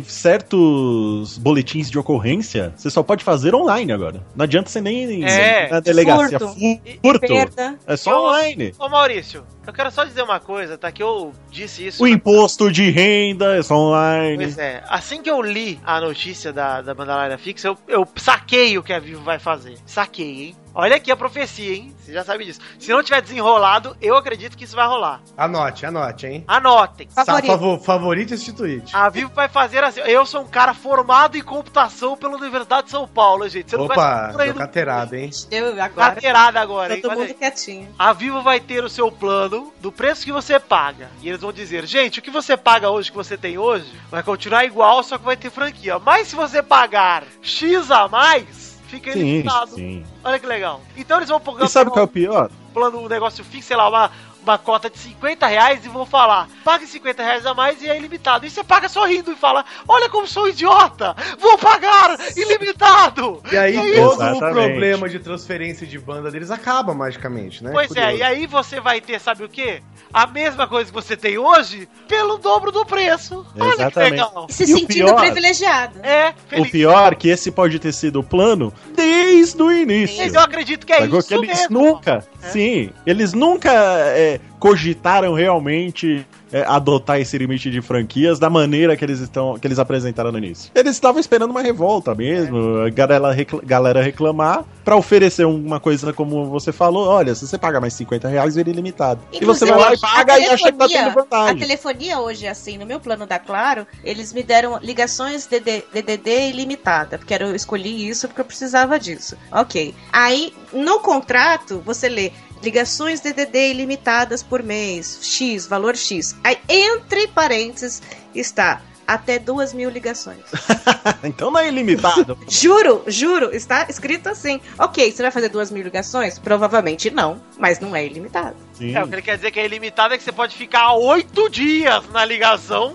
certos boletins de ocorrência, você só pode fazer online agora. Não adianta você nem
É.
ir na delegacia.
Furto.
Fu-
E-
Furto.
perda.
É só
Eu-
online.
Ô Maurício, eu quero só dizer uma coisa, tá? Que eu disse isso.
O imposto de renda é só online.
Pois é, assim que eu li a notícia da, da Mandalorian Fix, eu, eu saquei o que a Vivo vai fazer. Saquei, hein? Olha aqui a profecia, hein? Você já sabe disso. Se não tiver desenrolado, eu acredito que isso vai rolar.
Anote, anote, hein?
Anotem.
Favorito. Favor, favorito este tweet.
A Vivo vai fazer assim. Eu sou um cara formado em computação pela Universidade de São Paulo, gente. Você não vai
Opa,
por aí
deu carteirada, hein?
Eu agora.
Cateirada agora, hein?
Todo
Mas
mundo
aí,
quietinho.
A Vivo vai ter o seu plano do preço que você paga. E eles vão dizer, gente, o que você paga hoje, que você tem hoje, vai continuar igual, só que vai ter franquia. Mas se você pagar X a mais, fica
Sim,
ilimitado.
sim.
Olha que legal. Então eles vão pôr
E sabe qual é o pior?
um plano, um negócio fixo, sei lá, uma, uma cota de 50 reais e vão falar, pague 50 reais a mais e é ilimitado. E você paga sorrindo e fala, olha como sou idiota, vou pagar ilimitado.
E aí
E
todo o
Exatamente.
problema de transferência de banda deles acaba magicamente, né?
Pois é,
Curioso.
e aí você vai ter, sabe o quê? A mesma coisa que você tem hoje, pelo dobro do preço. Olha que
Exatamente.
legal.
Se
E o
sentindo
pior-
privilegiado.
É,
O
feliz.
pior é que esse pode ter sido o plano desde o início.
Mas eu acredito que é
Sacou?
isso
que eles
mesmo. É.
nunca, sim, eles nunca é, cogitaram realmente é, adotar esse limite de franquias da maneira que eles estão, que eles apresentaram no início. Eles estavam esperando uma revolta mesmo,
É.
a galera, recla- galera reclamar pra oferecer uma coisa como você falou, olha, se você paga mais 50 reais, vira ilimitado. e você vai lá e
Inclusive,
paga e acha que tá tendo
A
vantagem.
telefonia hoje é assim, no meu plano da Claro, eles me deram ligações DD DDD ilimitada, porque era- eu escolhi isso porque eu precisava disso. Ok. Aí, no contrato, você lê ligações DDD ilimitadas por mês, X, valor X. Aí, entre parênteses, está até duas mil ligações.
Então não é ilimitado.
Juro, juro, está escrito assim. Ok, você vai fazer duas mil ligações? Provavelmente não, mas não é ilimitado.
Sim.
É, o que ele quer dizer que é ilimitado é que você pode ficar oito dias na ligação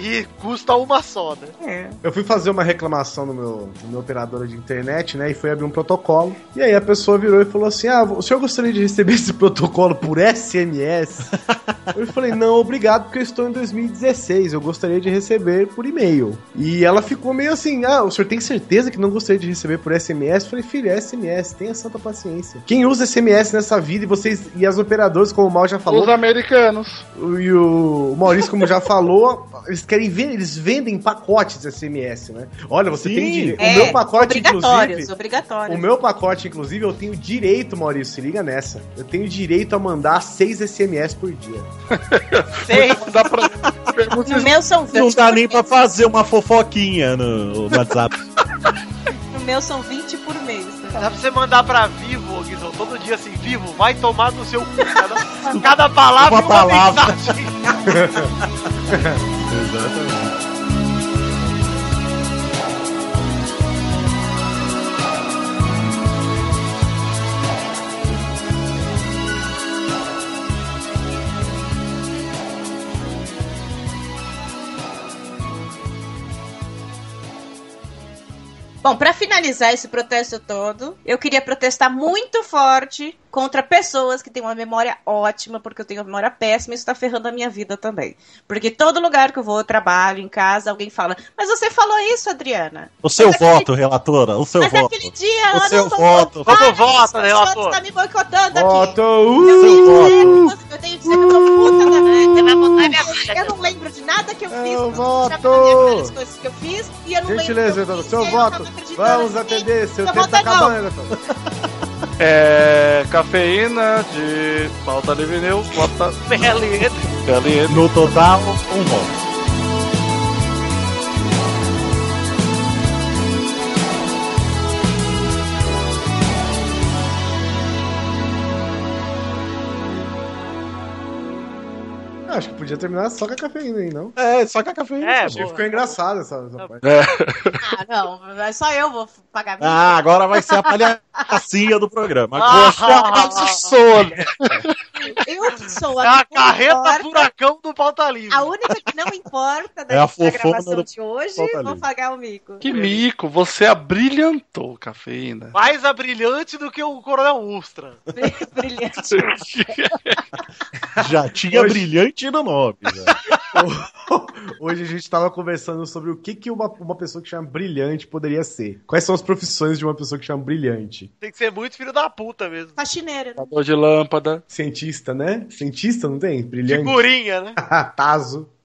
e custa uma só, né?
É.
Eu fui fazer uma reclamação no meu, no meu operadora de internet, né? E fui abrir um protocolo. E aí a pessoa virou e falou assim: Ah, o senhor gostaria de receber esse protocolo por SMS? eu falei: Não, obrigado, porque eu estou em 2016. Eu gostaria de receber por e-mail. E ela ficou meio assim: Ah, o senhor tem certeza que não gostaria de receber por SMS? Eu falei: Filho, é SMS, tenha santa paciência. Quem usa SMS nessa vida e vocês e as operadoras, como o Mal já falou,
Os americanos.
o- E o Maurício, como já falou, eles querem ver, eles vendem pacotes SMS, né? Olha, você
Sim.
tem direito.
É,
o meu pacote,
obrigatórios,
inclusive. O
obrigatórios.
meu pacote, inclusive, eu tenho direito, Maurício, se liga nessa. Eu tenho direito a mandar seis SMS por dia.
Sei.
Dá pra...
No meu são 20.
Não dá nem pra
assim.
fazer uma fofoquinha no WhatsApp.
No meu são 20 por mês.
Dá pra você mandar pra vivo, Guizão, todo dia assim, vivo, vai tomar no seu cu. Cada, cada palavra é
Uma palavra.
mensagem.
Exatamente.
Bom, pra finalizar esse protesto todo, eu queria protestar muito forte contra pessoas que têm uma memória ótima, porque eu tenho uma memória péssima e isso tá ferrando a minha vida também. Porque todo lugar que eu vou, eu trabalho, em casa, alguém fala: Mas você falou isso, Adriana?
O seu
é
voto, relatora, o seu
Mas
voto.
aquele dia,
O
ela
seu
não
voto.
Para,
Voto, voto,
essa
relator.
pessoa tá me boicotando
Voto,
aqui.
uh,
eu, tenho
voto.
que dizer, eu tenho que dizer que eu tô puta também. Você vai botar minha vida. Eu não lembro de nada que eu fiz. Eu voto. As coisas que eu fiz e eu não
Gentileza,
lembro.
doutor. Seu voto. Vamos atender. Seu
Sua
tempo tá
vontade não.
acabando, doutor.
É. Cafeína de pauta livre news, bota.
PLN.
PLN.
No total, um voto.
Ah, Acho que podia terminar só com a cafeína aí, não?
É, só com a cafeína.
É,
tá bom.
ficou engraçado essa, essa parte.
É.
Ah, não. é Só eu vou pagar minha.
Ah, agora vai ser a palhacinha do programa.
Ah,
Agora é a palhaçona.
Eu que sou a
É a
que não
carreta
importa.
furacão do pauta livre.
A única que não importa da,
É a
da
fofona
gravação
do
de hoje,
Pauta
vou
Livre.
pagar o mico.
Que mico, você abrilhantou, cafeína.
Mais a brilhante do que o Coronel Ustra.
brilhante.
Já tinha brilhante no nome.
Hoje a gente tava conversando sobre o que, que uma, uma pessoa que chama brilhante poderia ser. Quais são as profissões de uma pessoa que chama brilhante?
Tem que ser muito filho da puta mesmo.
Faxineira.
Dor de lâmpada.
Cientista, né? Cientista, não né? tem? Brilhante.
Figurinha, né?
Tazo.